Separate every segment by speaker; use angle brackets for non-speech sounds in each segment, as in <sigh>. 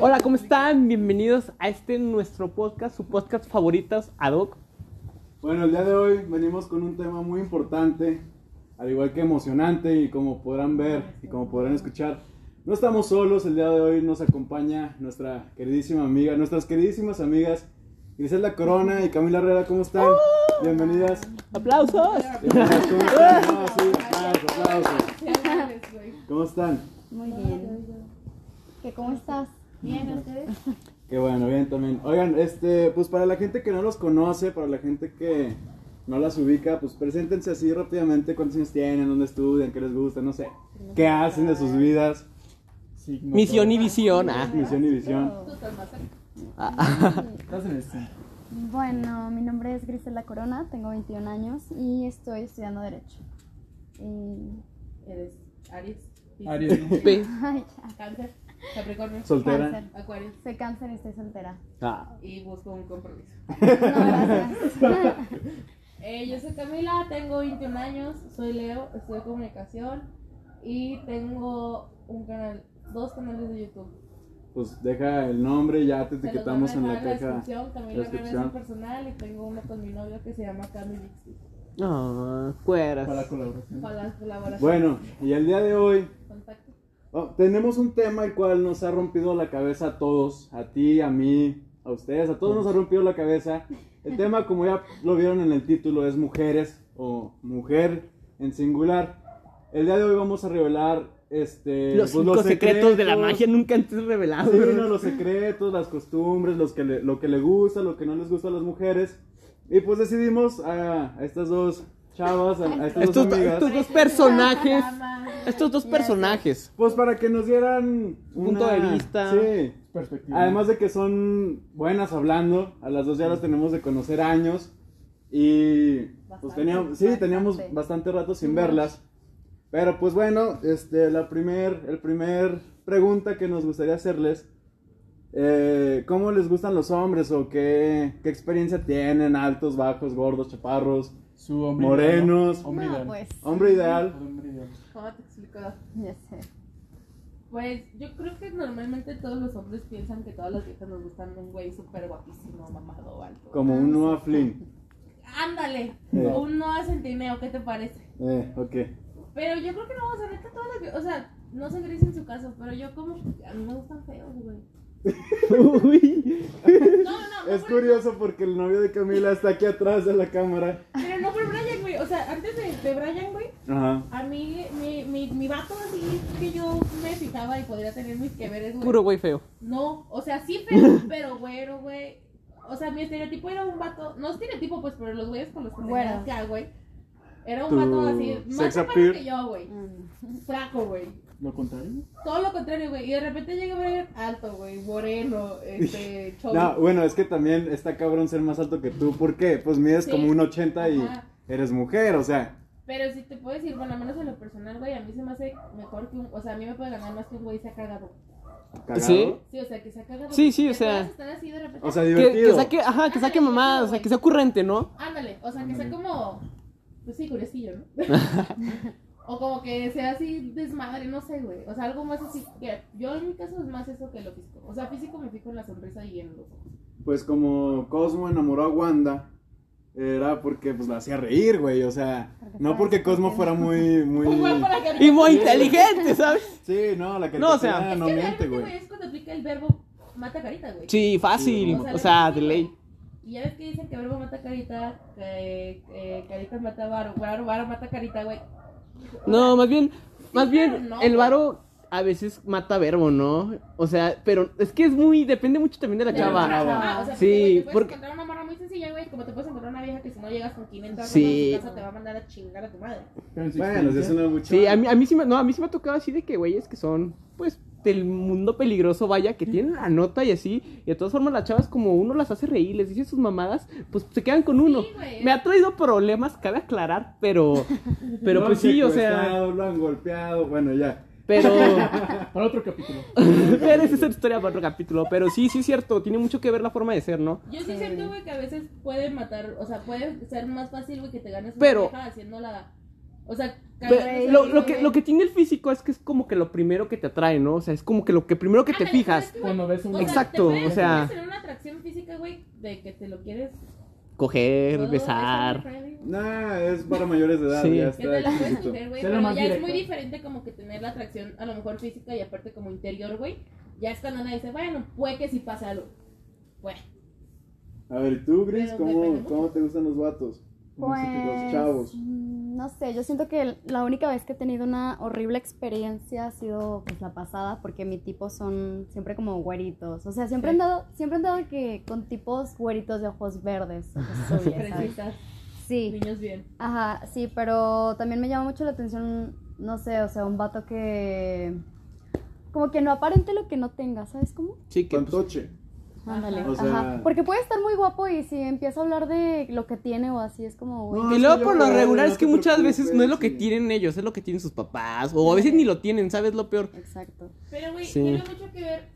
Speaker 1: Hola, ¿cómo están? Bienvenidos a este nuestro podcast, su podcast favoritas ad hoc.
Speaker 2: Bueno, el día de hoy venimos con un tema muy importante, al igual que emocionante y como podrán ver y como podrán escuchar, no estamos solos, el día de hoy nos acompaña nuestra queridísima amiga, nuestras queridísimas amigas Griselda Corona y Camila Herrera, ¿cómo están? Bienvenidas.
Speaker 1: ¡Aplausos!
Speaker 2: Bienvenidas, ¿cómo están? No, sí, aplausos, aplausos. ¿Cómo están?
Speaker 3: Muy bien. ¿Qué, ¿Cómo estás?
Speaker 4: Bien, ¿ustedes?
Speaker 2: Qué bueno, bien también. Oigan, este, pues para la gente que no los conoce, para la gente que no las ubica, pues preséntense así rápidamente cuántos años tienen, dónde estudian, qué les gusta, no sé, qué hacen de sus vidas. Signo,
Speaker 1: Misión y
Speaker 2: todo.
Speaker 1: visión. ah.
Speaker 2: Misión y visión.
Speaker 3: Bueno, mi nombre es Grisela Corona, tengo 21 años y estoy estudiando Derecho. Y... <laughs>
Speaker 4: Eres Aries,
Speaker 5: Aries.
Speaker 1: Pe-
Speaker 3: Ay, ya.
Speaker 4: <laughs> Cáncer, Capricornio,
Speaker 2: Soltera.
Speaker 3: Cáncer.
Speaker 4: Acuario
Speaker 3: Soy cáncer y estoy
Speaker 2: <laughs>
Speaker 3: soltera.
Speaker 1: Ah.
Speaker 4: y busco un compromiso.
Speaker 3: No, gracias.
Speaker 4: Eh, yo soy Camila, tengo 21 años, soy Leo, estudio comunicación y tengo un canal, dos canales de YouTube.
Speaker 2: Pues deja el nombre, ya te
Speaker 4: Se los
Speaker 2: etiquetamos en
Speaker 4: voy a
Speaker 2: la
Speaker 4: dejar
Speaker 2: caja.
Speaker 4: descripción,
Speaker 2: la
Speaker 4: Camila Herrera es
Speaker 2: descripción.
Speaker 4: mi personal y tengo uno con mi novio que se llama Cami Dixie.
Speaker 1: Ah, cueras.
Speaker 5: Para la colaboración.
Speaker 4: Para las colaboraciones.
Speaker 2: Bueno, y el día de hoy
Speaker 4: Contacto.
Speaker 2: oh, tenemos un tema el cual nos ha rompido la cabeza a todos, a ti, a mí, a ustedes, a todos nos ha rompido la cabeza. El tema, como ya lo vieron en el título, es mujeres o mujer en singular. El día de hoy vamos a revelar este,
Speaker 1: Los
Speaker 2: pues,
Speaker 1: cinco secretos de la magia nunca antes revelados.
Speaker 2: Sí, no, los secretos, las costumbres, los que le- lo que le gusta, lo que no les gusta a las mujeres. Y pues decidimos a, a estas dos chavas, a, a estas
Speaker 1: Estos,
Speaker 2: dos amigas,
Speaker 1: estos dos personajes,
Speaker 4: Ama.
Speaker 1: estos dos personajes.
Speaker 2: pues para que nos dieran un
Speaker 1: Punto de vista.
Speaker 2: Sí.
Speaker 5: Perspectiva.
Speaker 2: Además de que son buenas hablando, a las dos ya las tenemos de conocer años y pues
Speaker 4: Bastante,
Speaker 2: teníamos, sí, teníamos
Speaker 3: bastante.
Speaker 2: bastante rato sin verlas. Pero pues bueno, este, la primer, el primer pregunta que nos gustaría hacerles, eh, ¿cómo les gustan los hombres o qué, qué experiencia tienen? Altos, bajos, gordos, chaparros,
Speaker 5: Su hombre
Speaker 2: morenos,
Speaker 1: Ah,
Speaker 5: Hombre
Speaker 3: No,
Speaker 5: ideal.
Speaker 3: pues,
Speaker 2: hombre
Speaker 5: ideal.
Speaker 2: ideal.
Speaker 5: Hombre ideal.
Speaker 4: ¿Cómo te explico?
Speaker 3: ya sé.
Speaker 4: Pues yo creo que normalmente todos los hombres piensan que todas las viejas nos gustan un güey súper guapísimo, mamado, alto.
Speaker 2: Como un Noah
Speaker 4: <laughs>
Speaker 2: Flynn.
Speaker 4: Ándale,
Speaker 2: Eh.
Speaker 4: un Noah Centineo, ¿qué te parece?
Speaker 2: Eh, ok.
Speaker 4: Pero yo creo que no vamos a ver que todas las vie- o sea, no sé Gris en su caso, pero yo como, a mí me gustan
Speaker 2: <laughs>
Speaker 4: feos, güey.
Speaker 1: Uy.
Speaker 4: No, no, no, no
Speaker 2: Es
Speaker 4: por-
Speaker 2: curioso porque el novio de Camila está aquí atrás de la cámara.
Speaker 4: pero no por Brian, güey, o sea, antes de, de Brian, güey,
Speaker 2: Ajá.
Speaker 4: a mí, mi, mi, mi vato así que yo me fijaba y podría tener mis que veres, güey.
Speaker 1: Puro güey feo.
Speaker 4: No, o sea, sí
Speaker 2: <laughs>
Speaker 4: feo, pero güero, güey. O sea, mi estereotipo era un vato, no estereotipo, pues, pero los güeyes con los que
Speaker 3: Güero.
Speaker 4: tenía acá, güey. Era
Speaker 2: Tu
Speaker 4: un vato así,
Speaker 2: sex
Speaker 4: más chaparro
Speaker 2: appeal.
Speaker 4: que yo, güey. Flaco, güey.
Speaker 5: Lo contrario.
Speaker 4: Todo lo contrario, güey. Y de repente llega Brian alto, güey. Moreno,
Speaker 2: <laughs>
Speaker 4: este, cholo.
Speaker 2: No, bueno, es que también está cabrón ser más alto que tú. ¿Por qué? Pues mides
Speaker 4: Sí.
Speaker 2: como un 80 y
Speaker 4: Ajá.
Speaker 2: eres mujer, o sea.
Speaker 4: Pero si te puedo decir, bueno, al menos en lo personal, güey, a mí se me hace mejor que un. O sea, a mí me puede ganar más que un güey sea cagado.
Speaker 2: Cagado.
Speaker 1: Sí.
Speaker 4: Sí, o sea, que sea cagado.
Speaker 1: Sí, sí, o
Speaker 4: Que
Speaker 1: sea.
Speaker 4: puedas estar así de repente.
Speaker 2: O sea,
Speaker 1: Que,
Speaker 2: divertido.
Speaker 1: que saque, ajá, que saque mamadas, o sea, que sea ocurrente, ¿no?
Speaker 4: Ándale, o sea, que sea
Speaker 2: Ándale.
Speaker 4: como. Pues sí, curiosillo, ¿no? o como que sea así desmadre, no sé, güey. O sea, algo más así. que- Yo en mi caso es más eso que lo físico. O sea, físico me fijo en la sonrisa y en los ojos.
Speaker 2: Pues como Cosmo enamoró a Wanda, era porque pues la hacía reír, güey. O sea,
Speaker 3: Porque
Speaker 2: no
Speaker 3: estaba
Speaker 2: porque Cosmo
Speaker 3: estúpido.
Speaker 2: fuera muy, muy.
Speaker 4: <laughs> Un güey para que-
Speaker 1: Y muy inteligente, ¿sabes?
Speaker 2: Sí, no, la
Speaker 1: No, o sea-
Speaker 2: caricatura no,
Speaker 4: Es que
Speaker 2: miente,
Speaker 4: realmente, güey,
Speaker 2: güey.
Speaker 4: es cuando aplica el verbo mata carita, güey.
Speaker 1: Sí, fácil, o sea, de ley.
Speaker 4: Y ya ves que dicen que verbo mata carita, que eh, carita mata varo, varo, varo mata carita, güey.
Speaker 1: No, más bien, más bien,
Speaker 4: pero no,
Speaker 1: el
Speaker 4: güey.
Speaker 1: varo a veces mata verbo, ¿no? O sea, pero es que es muy, depende mucho también de la
Speaker 4: De
Speaker 1: chava.
Speaker 4: otra chava, o sea,
Speaker 1: Sí,
Speaker 4: porque, güey, te puedes
Speaker 1: porque-
Speaker 4: encontrar una morra muy sencilla, güey, como te puedes encontrar una vieja que si no llegas con 500 euros
Speaker 1: Sí.
Speaker 4: a su casa te va a mandar a chingar a tu madre.
Speaker 5: Pero en su
Speaker 2: Bueno, si
Speaker 5: experiencia,
Speaker 2: eso no es mucho.
Speaker 1: Sí, a mí, a mí sí me, no, a mí sí me ha tocado así de que güeyes que son, pues, del mundo peligroso, vaya, que tienen la nota y así, y de todas formas las chavas como uno las hace reír, les dice sus mamadas, pues se quedan con uno.
Speaker 4: güey.
Speaker 1: me ha traído problemas, cabe aclarar,
Speaker 4: <laughs>
Speaker 1: pero, pero
Speaker 2: Lo han
Speaker 1: pues sí, o sea,
Speaker 2: secuestrado, Lo han golpeado, bueno, ya.
Speaker 4: <laughs>
Speaker 1: pero, <laughs>
Speaker 5: Para otro capítulo.
Speaker 1: pero esa es otra historia para otro capítulo, pero sí, sí es cierto, tiene mucho que ver la forma de ser, ¿no?
Speaker 4: Yo sí siento, güey, que a veces puede matar, o sea, puede ser más fácil, güey, que te ganes una
Speaker 1: Pero-
Speaker 4: vieja haciéndola, O sea,
Speaker 1: Pero
Speaker 4: cabrones,
Speaker 1: lo,
Speaker 4: güey,
Speaker 1: lo que, lo que tiene el físico es que es como que lo primero que te atrae, ¿no? O sea, es como que lo que primero que te
Speaker 4: Ándale,
Speaker 1: fijas,
Speaker 4: pero es que, güey,
Speaker 5: Cuando ves un.
Speaker 4: o sea,
Speaker 1: Exacto,
Speaker 4: te puedes-
Speaker 1: o sea-
Speaker 4: puedes tener una atracción física, güey, de que te lo quieres
Speaker 1: coger,
Speaker 4: todo,
Speaker 1: besar.
Speaker 4: besar, güey.
Speaker 2: Nah, es para mayores de edad,
Speaker 1: Sí.
Speaker 2: ya
Speaker 4: Que te la
Speaker 2: está.
Speaker 4: puedes
Speaker 2: explícito.
Speaker 4: coger, güey.
Speaker 5: Sé lo
Speaker 4: Pero ya
Speaker 5: más
Speaker 4: es
Speaker 5: directo.
Speaker 4: muy diferente como que tener la atracción, a lo mejor física y aparte como interior, güey. Ya es cuando nadie dice, bueno, puede que sí pase algo. Güey.
Speaker 2: A ver, ¿y tú, Gris,
Speaker 4: Pero depende
Speaker 2: ¿cómo,
Speaker 4: mucho.
Speaker 2: cómo te gustan los vatos? ¿Cómo se te- los
Speaker 3: Pues,
Speaker 2: chavos.
Speaker 3: mm, No sé, yo siento que la única vez que he tenido una horrible experiencia ha sido pues la pasada, porque mi tipo son siempre como güeritos. O sea, siempre han dado, siempre han dado que con tipos güeritos de ojos verdes, ojos azules,
Speaker 4: <laughs>
Speaker 3: ¿sabes?
Speaker 4: Precisas,
Speaker 3: Sí,
Speaker 4: niños bien.
Speaker 3: ajá, sí, pero también me llama mucho la atención, no sé, o sea, un vato que como que no aparente lo que no tenga, ¿sabes cómo?
Speaker 1: Sí, que pues,
Speaker 2: Pantoche.
Speaker 3: Ándale,
Speaker 2: O sea-
Speaker 3: ajá. Porque puede estar muy guapo y si empieza a hablar de lo que tiene o así, es como, güey.
Speaker 2: No,
Speaker 1: Y
Speaker 2: es
Speaker 1: luego
Speaker 2: que
Speaker 1: por
Speaker 2: yo
Speaker 1: lo
Speaker 2: creo,
Speaker 1: regular
Speaker 2: no
Speaker 1: es que
Speaker 2: te
Speaker 1: muchas veces no es lo que
Speaker 2: preocupes, sí.
Speaker 1: tienen ellos, es lo que tienen sus papás. O a veces ni lo tienen, ¿sabes? Lo peor.
Speaker 3: Exacto.
Speaker 4: Pero, güey,
Speaker 1: Sí.
Speaker 4: tiene mucho que ver.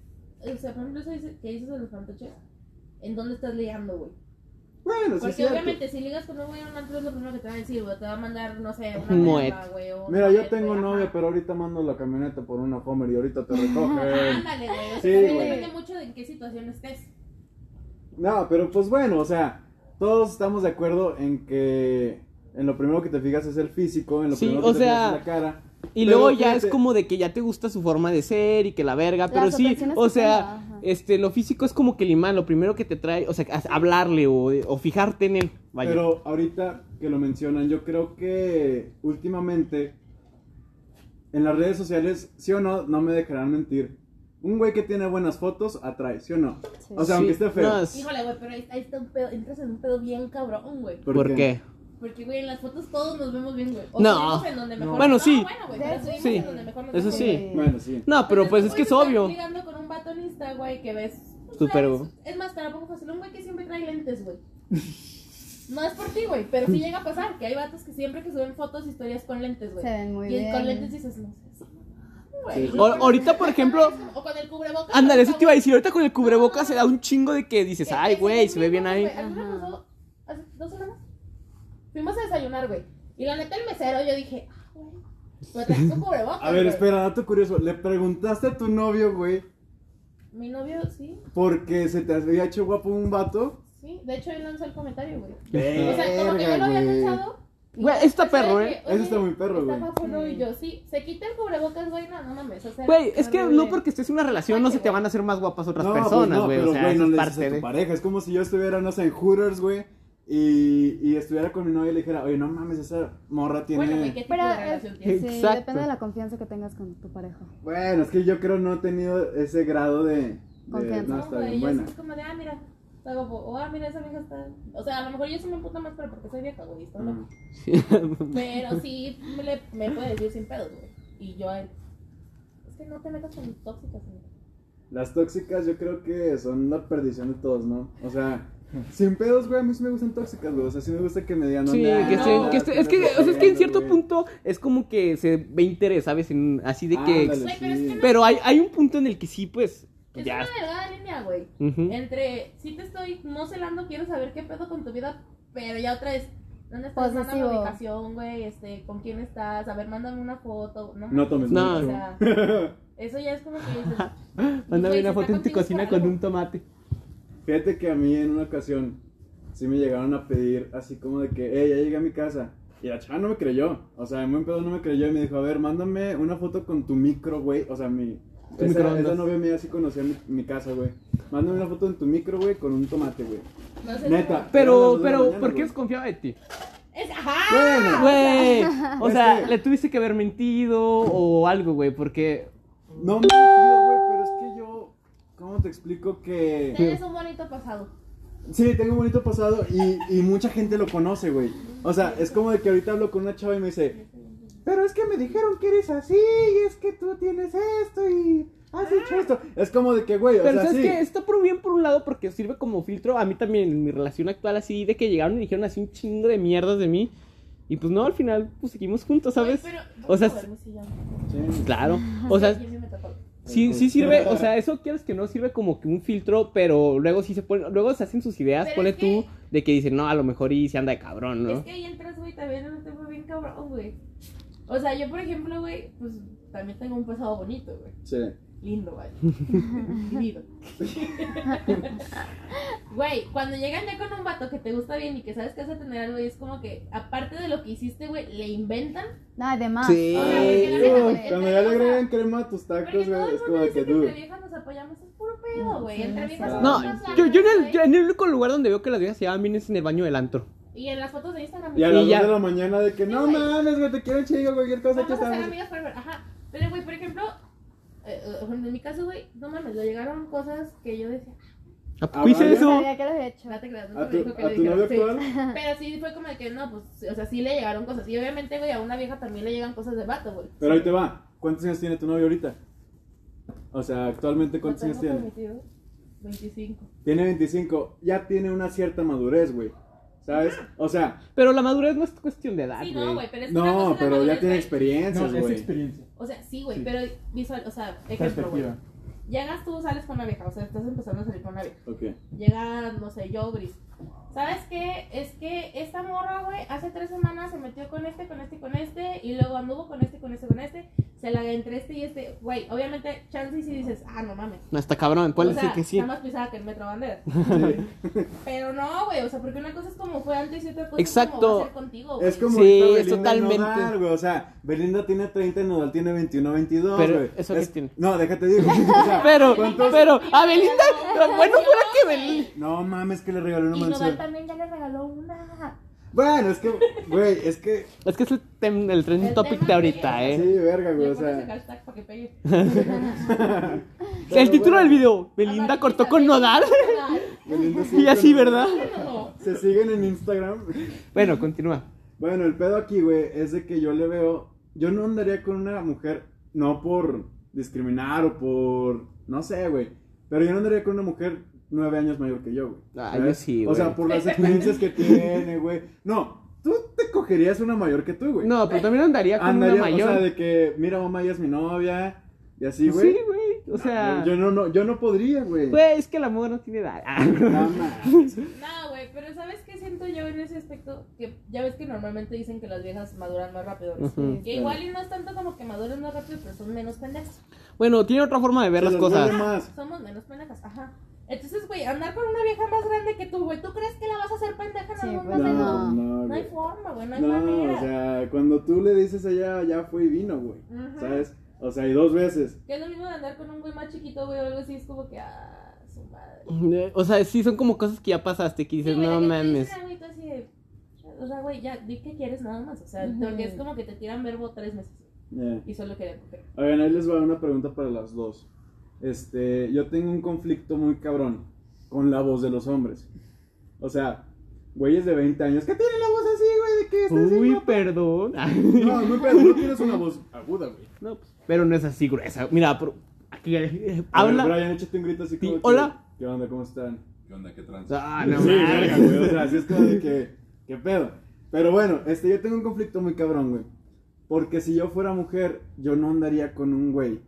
Speaker 4: O sea, por ejemplo, eso dice- que dices de los fantoches. ¿En dónde estás ligando, güey?
Speaker 2: Bueno, Pues sí,
Speaker 4: Porque
Speaker 2: es cierto.
Speaker 4: obviamente, si ligas con un güey en un antro, es lo primero que te va a decir, güey. Te va a mandar, no sé, una
Speaker 1: Un
Speaker 4: nueva,
Speaker 1: moet.
Speaker 4: güey. o un
Speaker 2: Mira, yo
Speaker 4: moet,
Speaker 2: tengo
Speaker 4: güey,
Speaker 2: novia,
Speaker 4: ajá.
Speaker 2: pero ahorita mando la camioneta por una Homer y ahorita te
Speaker 4: Ah, <laughs>
Speaker 2: recogen.
Speaker 4: Ándale, güey. O sea,
Speaker 2: Sí,
Speaker 4: también
Speaker 2: güey.
Speaker 4: depende mucho de en qué situación estés.
Speaker 2: No, pero pues bueno, o sea, todos estamos de acuerdo en que en lo primero que te fijas es el físico, en lo
Speaker 1: Sí,
Speaker 2: primero que
Speaker 1: o
Speaker 2: te
Speaker 1: sea,
Speaker 2: fijas es la cara.
Speaker 1: Y
Speaker 2: Pero
Speaker 1: luego ya
Speaker 2: fíjate-
Speaker 1: es como de que ya te gusta su forma de ser y que la verga, Ah, pero
Speaker 3: Las
Speaker 1: sí,
Speaker 3: atracciones
Speaker 1: o
Speaker 3: que
Speaker 1: sea,
Speaker 3: tenga, ajá.
Speaker 1: este lo físico es como que el imán, lo primero que te trae, o sea, a- hablarle o, o fijarte en él, vaya.
Speaker 2: Pero ahorita que lo mencionan, yo creo que últimamente en las redes sociales, sí o no, no me dejarán mentir. Un güey que tiene buenas fotos atrae, ¿sí o no?
Speaker 3: Sí.
Speaker 2: O sea, aunque esté feo.
Speaker 1: no, es-
Speaker 4: Híjole, güey, pero ahí, ahí está un pedo. Entras en un pedo bien cabrón, güey.
Speaker 1: ¿Por,
Speaker 2: qué?
Speaker 1: qué?
Speaker 4: Porque, güey, en las fotos todos nos vemos bien, güey. O
Speaker 1: No.
Speaker 4: subimos en donde mejor.
Speaker 1: No. Bueno, sí.
Speaker 4: bueno, güey, pero subimos
Speaker 1: Sí.
Speaker 4: en donde mejor nos
Speaker 1: Eso
Speaker 4: vemos,
Speaker 1: sí.
Speaker 4: güey.
Speaker 2: Bueno, sí.
Speaker 1: No, pero pues
Speaker 4: Entonces, tú
Speaker 1: es que es
Speaker 4: puedes estar
Speaker 1: obvio.
Speaker 4: ligando con un vato en Insta, güey, que ves. pues,
Speaker 1: Súper-
Speaker 4: una vez- Es más, te la pongo fácil. Un güey que siempre trae lentes, güey. <laughs> No es por ti, güey, pero sí llega a pasar que hay vatos que siempre que suben fotos, historias con lentes, güey.
Speaker 3: Se ven muy
Speaker 4: y
Speaker 3: bien.
Speaker 4: con lentes dices, no sé.
Speaker 2: Sí,
Speaker 4: Güey.
Speaker 2: sí.
Speaker 1: O- ahorita, por ejemplo,
Speaker 4: O con el cubrebocas.
Speaker 1: ándale,
Speaker 4: ahorita,
Speaker 1: eso te iba a
Speaker 4: güey,
Speaker 1: decir, ahorita con el cubrebocas se da un chingo de que dices,
Speaker 4: que-
Speaker 1: ay,
Speaker 4: que
Speaker 1: güey,
Speaker 4: ven
Speaker 1: se ve bien ahí.
Speaker 4: güey. A mí me
Speaker 3: Ajá.
Speaker 4: pasó Hace dos semanas. Fuimos a desayunar, güey. Y la neta, el mesero, yo dije, ah, güey. Pero traes
Speaker 1: <laughs>
Speaker 4: tu cubrebocas.
Speaker 2: A ver,
Speaker 4: güey.
Speaker 2: espera, dato curioso. Le preguntaste a tu novio, güey,
Speaker 4: Mi novio, sí,
Speaker 2: porque se te había hecho guapo un vato. Eh,
Speaker 4: sí. De hecho, él lanzó el comentario, güey. O sea, como que yo lo
Speaker 2: Verga,
Speaker 4: había
Speaker 2: güey.
Speaker 4: pensado.
Speaker 1: Güey, está perro, eh.
Speaker 2: Eso está muy perro, güey.
Speaker 4: Está perro y yo, sí. Se quita el cubrebocas, güey. No, no mames. O sea,
Speaker 1: Güey, es que
Speaker 4: horrible.
Speaker 1: no porque estés en una relación no se te van a hacer más guapas otras
Speaker 2: No, pues
Speaker 1: personas,
Speaker 2: no,
Speaker 1: güey,
Speaker 2: pero,
Speaker 1: o sea,
Speaker 2: güey,
Speaker 1: eso
Speaker 2: no
Speaker 1: es
Speaker 2: le dices
Speaker 1: parte
Speaker 2: a tu
Speaker 1: de
Speaker 2: pareja. Es como si yo estuviera, no sé, en Hooters, güey, y, y estuviera con mi novia y le dijera, oye, no mames, esa morra tiene...
Speaker 4: Bueno, güey, ¿qué tipo
Speaker 3: Pero,
Speaker 4: de
Speaker 3: eh,
Speaker 4: relación
Speaker 1: eh,
Speaker 4: tienes?
Speaker 3: Sí,
Speaker 1: Exacto.
Speaker 3: depende de la confianza que tengas con tu pareja.
Speaker 2: Bueno, es que yo creo no he tenido ese grado de... de-
Speaker 3: Confianza.
Speaker 2: No,
Speaker 4: No,
Speaker 2: está
Speaker 4: güey,
Speaker 2: bien,
Speaker 4: yo
Speaker 2: buena.
Speaker 4: sí es como de, ah, mira. Está guapo. O, ah, mira, esa vieja está. O sea, a lo mejor yo sí me emputo más, pero porque soy vieja, güey. Está loca.
Speaker 1: <laughs>
Speaker 2: Mm.
Speaker 4: Pero sí me, le, me puede decir sin pedos, güey. Y yo a él. Es que no te metas con mis tóxicas, güey.
Speaker 2: Las tóxicas yo creo que son la perdición de todos, ¿no? O sea, sin pedos, güey, a mí sí me gustan tóxicas, güey. O sea, sí me gusta que me digan...
Speaker 1: Sí,
Speaker 2: "Anda,
Speaker 1: que,
Speaker 4: no,
Speaker 1: se-
Speaker 2: anda,
Speaker 1: que se- es que,
Speaker 2: andas
Speaker 1: o sea, es que en
Speaker 2: peleando,
Speaker 1: cierto
Speaker 2: güey".
Speaker 1: punto es como que se ve interés, ¿sabes? En- así de que...
Speaker 2: Ándale,
Speaker 4: Güey, pero es
Speaker 2: sí.
Speaker 4: que no-
Speaker 1: Pero hay, hay un punto en el que sí, pues,
Speaker 4: Es
Speaker 1: ya...
Speaker 4: una delgada línea, güey.
Speaker 1: Ujú.
Speaker 4: Entre, si te estoy no celando, quiero saber qué pedo con tu vida, pero ya otra vez, ¿dónde estás?
Speaker 3: Posesivo.
Speaker 4: Mándame ubicación, güey, este, con quién estás, a ver, mándame una foto. No,
Speaker 2: No tomes
Speaker 1: No.
Speaker 4: o
Speaker 2: mucho.
Speaker 1: <laughs>
Speaker 4: sea, eso ya es como que dices,
Speaker 1: Mándame
Speaker 4: güey,
Speaker 1: una
Speaker 4: si
Speaker 1: foto
Speaker 4: está
Speaker 1: en tu
Speaker 4: contigo es
Speaker 1: cocina
Speaker 4: por
Speaker 1: con
Speaker 4: algo.
Speaker 1: un tomate.
Speaker 2: Fíjate que a mí en una ocasión sí me llegaron a pedir así como de que, hey, ya llegué a mi casa. Y la chava no me creyó. O sea, en buen pedo no me creyó y me dijo, a ver, mándame una foto con tu micro, güey. O sea, mi...
Speaker 1: Tu
Speaker 2: Esa,
Speaker 1: microondas.
Speaker 2: esa novia mía sí conocía mi, mi casa, güey. Mándame una foto en tu micro, güey, con un tomate, güey.
Speaker 4: no sé.
Speaker 2: Neta.
Speaker 1: Pero,
Speaker 2: Eran las dos de la
Speaker 1: pero,
Speaker 2: mañana,
Speaker 1: ¿por qué
Speaker 2: güey.
Speaker 1: desconfiaba de ti?
Speaker 4: Es, ajá.
Speaker 2: Bueno,
Speaker 1: Güey,
Speaker 4: <laughs>
Speaker 1: o
Speaker 2: Es
Speaker 1: sea,
Speaker 2: que-
Speaker 1: le tuviste que haber mentido o algo, güey, porque...
Speaker 2: No me he metido, güey, pero es que yo. ¿Cómo te explico que.?
Speaker 4: Tienes un bonito pasado.
Speaker 2: Sí, tengo un bonito pasado y, y mucha gente lo conoce, güey. O sea, es como de que ahorita hablo con una chava y me dice. Pero es que me dijeron que eres así y es que tú tienes esto y ah, has hecho esto. Es como de que, güey, o
Speaker 1: Pero
Speaker 2: sea,
Speaker 1: ¿sabes
Speaker 2: sí.
Speaker 1: qué? Está por bien por un lado porque sirve como filtro. A mí también, en mi relación actual, así, de que llegaron y dijeron así un chingo de mierdas de mí. Y pues no, al final, pues seguimos juntos, ¿sabes?
Speaker 4: Güey, pero-
Speaker 1: O sea,
Speaker 4: Joder, sí, ya.
Speaker 2: Sí.
Speaker 1: Claro. O sea,
Speaker 4: Sí, sí me tocó.
Speaker 1: Sí, sí sirve, o sea, eso quieres que no sirve como que un filtro, pero luego sí se pone, luego se hacen sus ideas,
Speaker 4: Pero
Speaker 1: pone
Speaker 4: es
Speaker 1: tú, de que dicen, no, a lo mejor y se anda de cabrón,
Speaker 4: Es
Speaker 1: ¿no?
Speaker 4: que ahí entras, güey, también en un tema bien cabrón, güey. O sea, yo, por ejemplo, güey, pues también tengo un pasado bonito, güey.
Speaker 2: Sí.
Speaker 3: <laughs>
Speaker 4: Lindo, vaya. Vivido. <laughs> Güey, cuando llegan ya con un vato que te gusta bien y que sabes que vas a tener algo, y es como que, aparte de lo que hiciste, güey, le inventan.
Speaker 3: No, además.
Speaker 1: Sí.
Speaker 2: Ay,
Speaker 4: porque la
Speaker 2: no,
Speaker 4: neta,
Speaker 2: cuando
Speaker 4: porque
Speaker 2: ya le
Speaker 4: la
Speaker 2: agregan
Speaker 4: neta-
Speaker 2: crema a tus
Speaker 4: Porque
Speaker 2: tacos,
Speaker 4: todo
Speaker 2: güey,
Speaker 4: el
Speaker 2: es
Speaker 4: mundo
Speaker 2: como que
Speaker 4: dice que entre
Speaker 2: dude.
Speaker 4: viejas nos apoyamos, es puro pedo, güey. Entre
Speaker 3: Sí,
Speaker 4: viejas
Speaker 2: sí.
Speaker 1: No,
Speaker 4: somos más
Speaker 1: yo, yo en el,
Speaker 4: lanas,
Speaker 1: yo
Speaker 4: güey.
Speaker 1: en el único lugar donde veo que las viejas se llevan bien es en el baño del antro.
Speaker 4: Y en las fotos de Instagram.
Speaker 2: Y a
Speaker 4: güey,
Speaker 1: la-
Speaker 2: las
Speaker 1: ya.
Speaker 2: 2 de la mañana de que
Speaker 4: Sí,
Speaker 2: no
Speaker 4: güey.
Speaker 2: mames, güey, te quiero chido, cualquier cosa que
Speaker 4: Vamos a ser
Speaker 2: estamos.
Speaker 4: amigas forever. Ajá. Pero, güey, por ejemplo, eh, eh, en mi caso, güey, no mames, le llegaron cosas que yo decía,
Speaker 1: ¿A poco
Speaker 2: Ah,
Speaker 1: hice
Speaker 2: vaya.
Speaker 3: No
Speaker 1: eso?
Speaker 3: sabía que lo había hecho.
Speaker 4: no te creas, no
Speaker 2: A
Speaker 4: me
Speaker 2: tu,
Speaker 4: dijo que le
Speaker 2: a tu
Speaker 4: dijeron,
Speaker 2: novio
Speaker 4: sí.
Speaker 2: actual.
Speaker 4: Pero sí fue como de que no, pues, o sea, sí le llegaron cosas. Y obviamente, güey, a una vieja también le llegan cosas de vato, güey.
Speaker 2: Pero ahí te va. ¿Cuántos años tiene tu novio ahorita? O sea, actualmente, ¿cuántos
Speaker 4: Lo
Speaker 2: años
Speaker 4: tengo
Speaker 2: tiene?
Speaker 4: permitido, 25.
Speaker 2: Tiene 25. Ya tiene una cierta madurez, güey. ¿Sabes? O sea,
Speaker 1: Pero la madurez no es cuestión de edad,
Speaker 4: Sí,
Speaker 1: Ah, güey.
Speaker 4: no, güey, pero es que una cosa
Speaker 2: no,
Speaker 4: es la
Speaker 2: pero ya tiene
Speaker 4: madurez, güey.
Speaker 5: No,
Speaker 2: experiencias,
Speaker 5: es
Speaker 2: güey.
Speaker 5: experiencia.
Speaker 4: O sea, sí, güey,
Speaker 5: Sí.
Speaker 4: pero visual, o sea, ejemplo, güey.
Speaker 5: Perspectiva.
Speaker 4: Llegas tú, sales con una vieja, o sea, estás empezando a salir con una vieja.
Speaker 2: Ok.
Speaker 4: Llega, no sé, yo, Gris. ¿Sabes qué? Es que esta morra, güey, hace tres semanas se metió con este, con este, y con este, y luego anduvo con este, con este, con este, se la entre este y este. Güey, obviamente, chance y si dices, ah, no mames.
Speaker 1: No, está cabrón, puede
Speaker 4: O sea,
Speaker 1: decir que sí.
Speaker 4: Está más pisada que el
Speaker 1: <laughs>
Speaker 4: Metro Bandera. Pero no, güey, o sea, porque una cosa es como fue antes y otra cosa es
Speaker 1: Exacto.
Speaker 4: como va a ser contigo, güey.
Speaker 2: Es
Speaker 1: Sí,
Speaker 2: como ahorita
Speaker 1: es
Speaker 2: Belinda y
Speaker 1: totalmente.
Speaker 2: Nodal, güey. O sea, Belinda tiene 30 y Nodal tiene 21, 22,
Speaker 1: Pero,
Speaker 2: güey.
Speaker 1: ¿eso qué tiene?
Speaker 2: No, déjate digo. <laughs> O sea,
Speaker 1: Pero,
Speaker 2: ¿cuántos-
Speaker 1: pero, a Belinda, bueno fuera que Belinda.
Speaker 2: No mames, que le regaló una
Speaker 4: Y Nodal
Speaker 2: mansión.
Speaker 4: también ya le regaló una.
Speaker 2: Bueno, es que, güey, es que.
Speaker 1: Es que es el, tem- el trending
Speaker 4: El
Speaker 1: topic
Speaker 4: tema
Speaker 1: de
Speaker 4: que-
Speaker 1: ahorita,
Speaker 2: Sí,
Speaker 1: <laughs> eh.
Speaker 2: verga, güey.
Speaker 4: Le
Speaker 2: O
Speaker 4: pones
Speaker 2: sea.
Speaker 4: el hashtag para que pegue.
Speaker 1: El
Speaker 2: Pero
Speaker 1: título
Speaker 2: bueno,
Speaker 1: del video, <laughs> Belinda cortó con Nodal.
Speaker 2: Belinda sigue
Speaker 1: Y así,
Speaker 2: con-
Speaker 1: ¿verdad?
Speaker 4: No.
Speaker 2: Se siguen en Instagram.
Speaker 1: <laughs> Bueno, continúa.
Speaker 2: Bueno, el pedo aquí, güey, es de que yo le veo. Yo no andaría con una mujer, no por discriminar o por. No sé, güey. Pero yo no andaría con una mujer nueve años mayor que yo, güey.
Speaker 1: Ah, yo
Speaker 2: ¿sabes?
Speaker 1: sí,
Speaker 2: O sea,
Speaker 1: güey.
Speaker 2: por las experiencias que tiene, güey. No, tú te cogerías una mayor que tú, güey.
Speaker 1: No, pero también andaría con
Speaker 2: andaría,
Speaker 1: una mayor. Pues
Speaker 2: O sea, de que, mira, mamá, ella es mi novia. Y así, güey. Ah,
Speaker 1: Sí, güey. O sea,
Speaker 2: Yo no, no, yo no podría, güey.
Speaker 4: Pues,
Speaker 1: güey, es que el amor no tiene edad. Ah. <laughs>
Speaker 2: No mames.
Speaker 4: No, güey, pero ¿sabes qué siento yo en ese aspecto? Que ya ves que normalmente dicen que las viejas maduran más rápido. ¿no?
Speaker 1: Ujú.
Speaker 4: Que igual y no es tanto como que maduran más rápido, pero son menos pendejas.
Speaker 1: Bueno, tiene otra forma de ver
Speaker 2: Se
Speaker 1: las
Speaker 2: los duele
Speaker 1: cosas.
Speaker 2: más.
Speaker 4: Somos menos pendejas, ajá. Entonces, güey, andar con una vieja más grande que tú, güey, ¿tú crees que la vas a hacer pendeja en
Speaker 3: Sí,
Speaker 4: algún
Speaker 3: güey.
Speaker 2: No,
Speaker 4: momento?
Speaker 2: no,
Speaker 4: No hay
Speaker 2: güey.
Speaker 4: forma, güey, no hay
Speaker 2: No,
Speaker 4: manera.
Speaker 2: o sea, cuando tú le dices allá, ya fue y vino, güey.
Speaker 4: Ujú.
Speaker 2: ¿Sabes? O sea, y dos veces.
Speaker 4: Que es lo mismo de andar con un güey más chiquito, güey, o algo así, es como que, ah, su madre.
Speaker 1: Eh, O sea, sí, son como cosas que ya pasaste, que dices,
Speaker 4: Sí, güey,
Speaker 1: no
Speaker 4: de que te
Speaker 1: mames.
Speaker 4: dicen algo y tú así de, O sea, güey, ya, di que quieres nada más. O sea,
Speaker 3: Ujú.
Speaker 4: porque es como que te tiran verbo tres meses
Speaker 2: Yeah.
Speaker 4: y solo querían coger.
Speaker 2: Eh, Oigan, ahí les va una pregunta para las dos. Este, yo tengo un conflicto muy cabrón con la voz de los hombres. O sea, güeyes de 20 años que tienen la voz así, güey, de que estás así,
Speaker 1: Uy,
Speaker 2: guapo.
Speaker 1: perdón. <laughs> Ah.
Speaker 2: No, no, pero no tienes una voz aguda, güey.
Speaker 1: No, pues, pero no es así gruesa. Mira, por- aquí eh,
Speaker 2: A ver,
Speaker 1: habla.
Speaker 2: Brian, échate un grito así
Speaker 1: Sí,
Speaker 2: como que,
Speaker 1: hola.
Speaker 2: ¿Qué onda? ¿Cómo están?
Speaker 6: ¿Qué onda? ¿Qué trans?
Speaker 1: Ah, no
Speaker 2: sí,
Speaker 1: mames.
Speaker 2: verga, güey. O sea, así es como de que. ¿Qué pedo? Pero bueno, este, yo tengo un conflicto muy cabrón, güey. Porque si yo fuera mujer, yo no andaría con un güey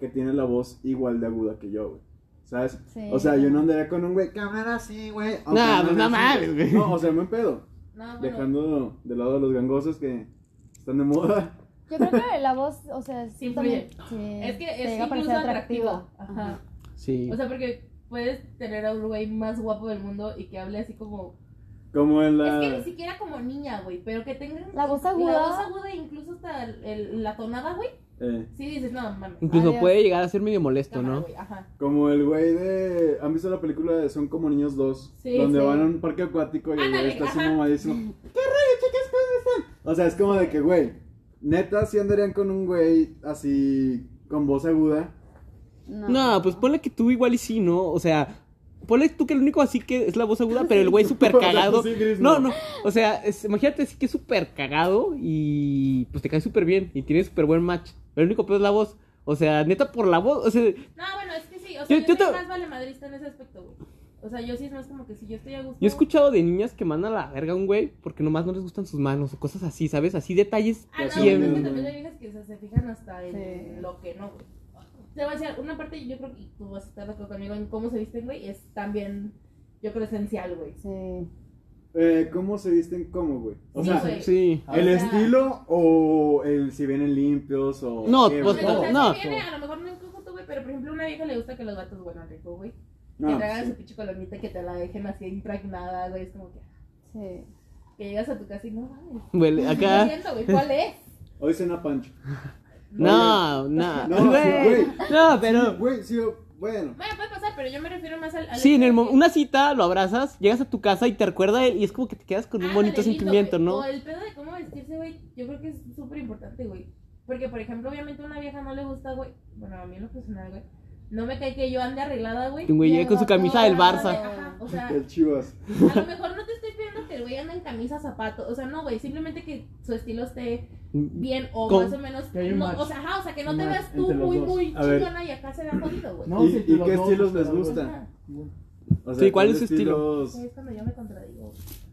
Speaker 2: que tiene la voz igual de aguda que yo, güey. ¿Sabes?
Speaker 3: Sí.
Speaker 2: O sea, yo no andaría con un güey cámara así, güey. aunque
Speaker 1: Nah,
Speaker 2: no
Speaker 1: pues,
Speaker 2: me
Speaker 1: no
Speaker 2: hace-
Speaker 1: mames, güey.
Speaker 2: No, o sea, buen pedo.
Speaker 4: No, bueno,
Speaker 2: Dejando de lado a los gangosos que están de moda.
Speaker 3: Yo creo que la voz, o sea,
Speaker 4: Sí influye.
Speaker 3: también- sí,
Speaker 4: es que
Speaker 3: te
Speaker 4: es
Speaker 3: llega a
Speaker 4: incluso
Speaker 3: parecer atractiva.
Speaker 4: atractivo. Ajá.
Speaker 1: Sí.
Speaker 4: O sea, porque puedes tener a un güey más guapo del mundo y que hable así como.
Speaker 2: Como en
Speaker 4: Es
Speaker 2: la.
Speaker 4: que ni siquiera como niña, güey, pero que tengan.
Speaker 3: La voz aguda.
Speaker 4: La voz aguda, e incluso hasta el- el- la tonada, güey.
Speaker 2: eh,
Speaker 4: Sí dices, no, mames.
Speaker 1: Incluso
Speaker 3: Adiós.
Speaker 1: puede llegar a ser medio molesto,
Speaker 4: cámara,
Speaker 1: ¿no?
Speaker 4: güey, Ajá.
Speaker 2: como el güey de. ¿Han visto la película de Son como niños dos?
Speaker 4: Sí,
Speaker 2: donde
Speaker 4: sí.
Speaker 2: van a un parque acuático y el güey
Speaker 4: Ándale,
Speaker 2: está así
Speaker 4: ajá.
Speaker 2: mamadísimo. ¿Qué rollo, chicas? ¿Cómo están? O sea, es como de que, güey, neta, si andarían con un güey así con voz aguda.
Speaker 3: No,
Speaker 1: No, pues ponle que tú igual y sí, ¿no? O sea, ponle tú que el único así que es la voz aguda, pero el güey súper cagado.
Speaker 2: Sí, Gris,
Speaker 1: No,
Speaker 2: no.
Speaker 1: no. O sea, es- imagínate así que es súper cagado y pues te cae súper bien y tiene súper buen match. Pero el único peor es la voz. O sea, neta por la voz. O sea,
Speaker 4: No, bueno, es que sí. O sea,
Speaker 1: Yo-
Speaker 4: yo,
Speaker 1: yo
Speaker 4: soy
Speaker 1: te-
Speaker 4: más vale madrista en ese aspecto, güey. O sea, yo sí es más como que si yo estoy a gusto.
Speaker 1: yo he escuchado de niñas que mandan a la verga a un güey porque nomás no les gustan sus manos o cosas así, ¿sabes? Así detalles.
Speaker 4: Ah, no,
Speaker 2: Así
Speaker 4: pero
Speaker 1: es,
Speaker 4: es que
Speaker 2: güey.
Speaker 4: también hay viejas que o sea, se fijan hasta en
Speaker 3: Sí.
Speaker 4: lo que no, güey. te voy a decir, una parte, yo creo que y tú vas a estar de acuerdo conmigo en cómo se visten, güey, es también, yo creo, esencial, güey.
Speaker 3: Sí.
Speaker 2: Eh, ¿Cómo se visten cómo, güey? O
Speaker 4: Sí,
Speaker 2: sea,
Speaker 4: güey.
Speaker 1: Sí.
Speaker 2: ¿el
Speaker 4: O sea-
Speaker 2: estilo o el si vienen limpios o
Speaker 1: No,
Speaker 2: qué,
Speaker 1: pues,
Speaker 2: güey?
Speaker 4: Porque, o
Speaker 1: no,
Speaker 4: sea,
Speaker 1: no,
Speaker 4: sí viene,
Speaker 1: no.
Speaker 4: a lo mejor no en conjunto, güey, pero por ejemplo, a una vieja le gusta que los gatos huelan rico, güey. que
Speaker 2: No,
Speaker 4: te hagan
Speaker 2: sí.
Speaker 4: su pinche colonita y que te la dejen así impregnada, güey. Es como que,
Speaker 3: Sí.
Speaker 4: que llegas a tu casa y no mames.
Speaker 1: Huele
Speaker 4: No
Speaker 1: acá.
Speaker 4: siento, güey, ¿cuál es?
Speaker 2: Hoy cena pancho.
Speaker 1: No, no.
Speaker 2: No, sí,
Speaker 1: Güey.
Speaker 2: güey.
Speaker 1: No, pero.
Speaker 2: Güey, sí, bueno.
Speaker 4: <laughs> Bueno, puede pasar, pero yo me refiero más al. al
Speaker 1: Sí, en el mo-
Speaker 4: que-
Speaker 1: una cita lo abrazas, llegas a tu casa y te recuerda él y es como que te quedas con un
Speaker 4: Ándale,
Speaker 1: bonito
Speaker 4: Ah, lindo,
Speaker 1: sentimiento,
Speaker 4: güey.
Speaker 1: ¿no?
Speaker 4: O el pedo de cómo vestirse, güey, yo creo que es súper importante, güey. Porque, por ejemplo, obviamente a una vieja no le gusta, güey. Bueno, a mí en lo personal, güey. No me cae que yo ande arreglada, güey.
Speaker 1: Un güey llega con su
Speaker 3: Lleva
Speaker 1: camisa
Speaker 3: todo
Speaker 1: del
Speaker 4: Ándale,
Speaker 1: Barça.
Speaker 4: Ajá,
Speaker 1: <laughs>
Speaker 4: o sea,
Speaker 2: El chivas.
Speaker 4: a lo mejor no te estoy pidiendo que el güey ande en camisa, zapatos. O sea, no, güey, simplemente que su estilo esté
Speaker 1: Mm.
Speaker 4: bien o
Speaker 1: Con-
Speaker 4: más o menos.
Speaker 5: Que hay un
Speaker 4: no,
Speaker 5: match.
Speaker 4: o sea, ajá, o sea, que no
Speaker 5: Un
Speaker 4: te
Speaker 5: match
Speaker 4: veas tú
Speaker 5: entre los
Speaker 4: muy,
Speaker 5: dos.
Speaker 4: muy
Speaker 2: A ver.
Speaker 4: chingona y acá se vea jodido, güey.
Speaker 5: No,
Speaker 2: ¿Y-
Speaker 5: sí,
Speaker 2: y
Speaker 5: los
Speaker 2: qué
Speaker 5: dos,
Speaker 2: estilos
Speaker 5: pero
Speaker 2: les
Speaker 5: los-
Speaker 2: gusta?
Speaker 4: Ajá.
Speaker 2: O
Speaker 1: Sí, ¿cuál
Speaker 2: ¿qué
Speaker 1: es su estilo?
Speaker 2: estilos?
Speaker 4: Es cuando yo me
Speaker 5: <laughs>
Speaker 4: contradigo.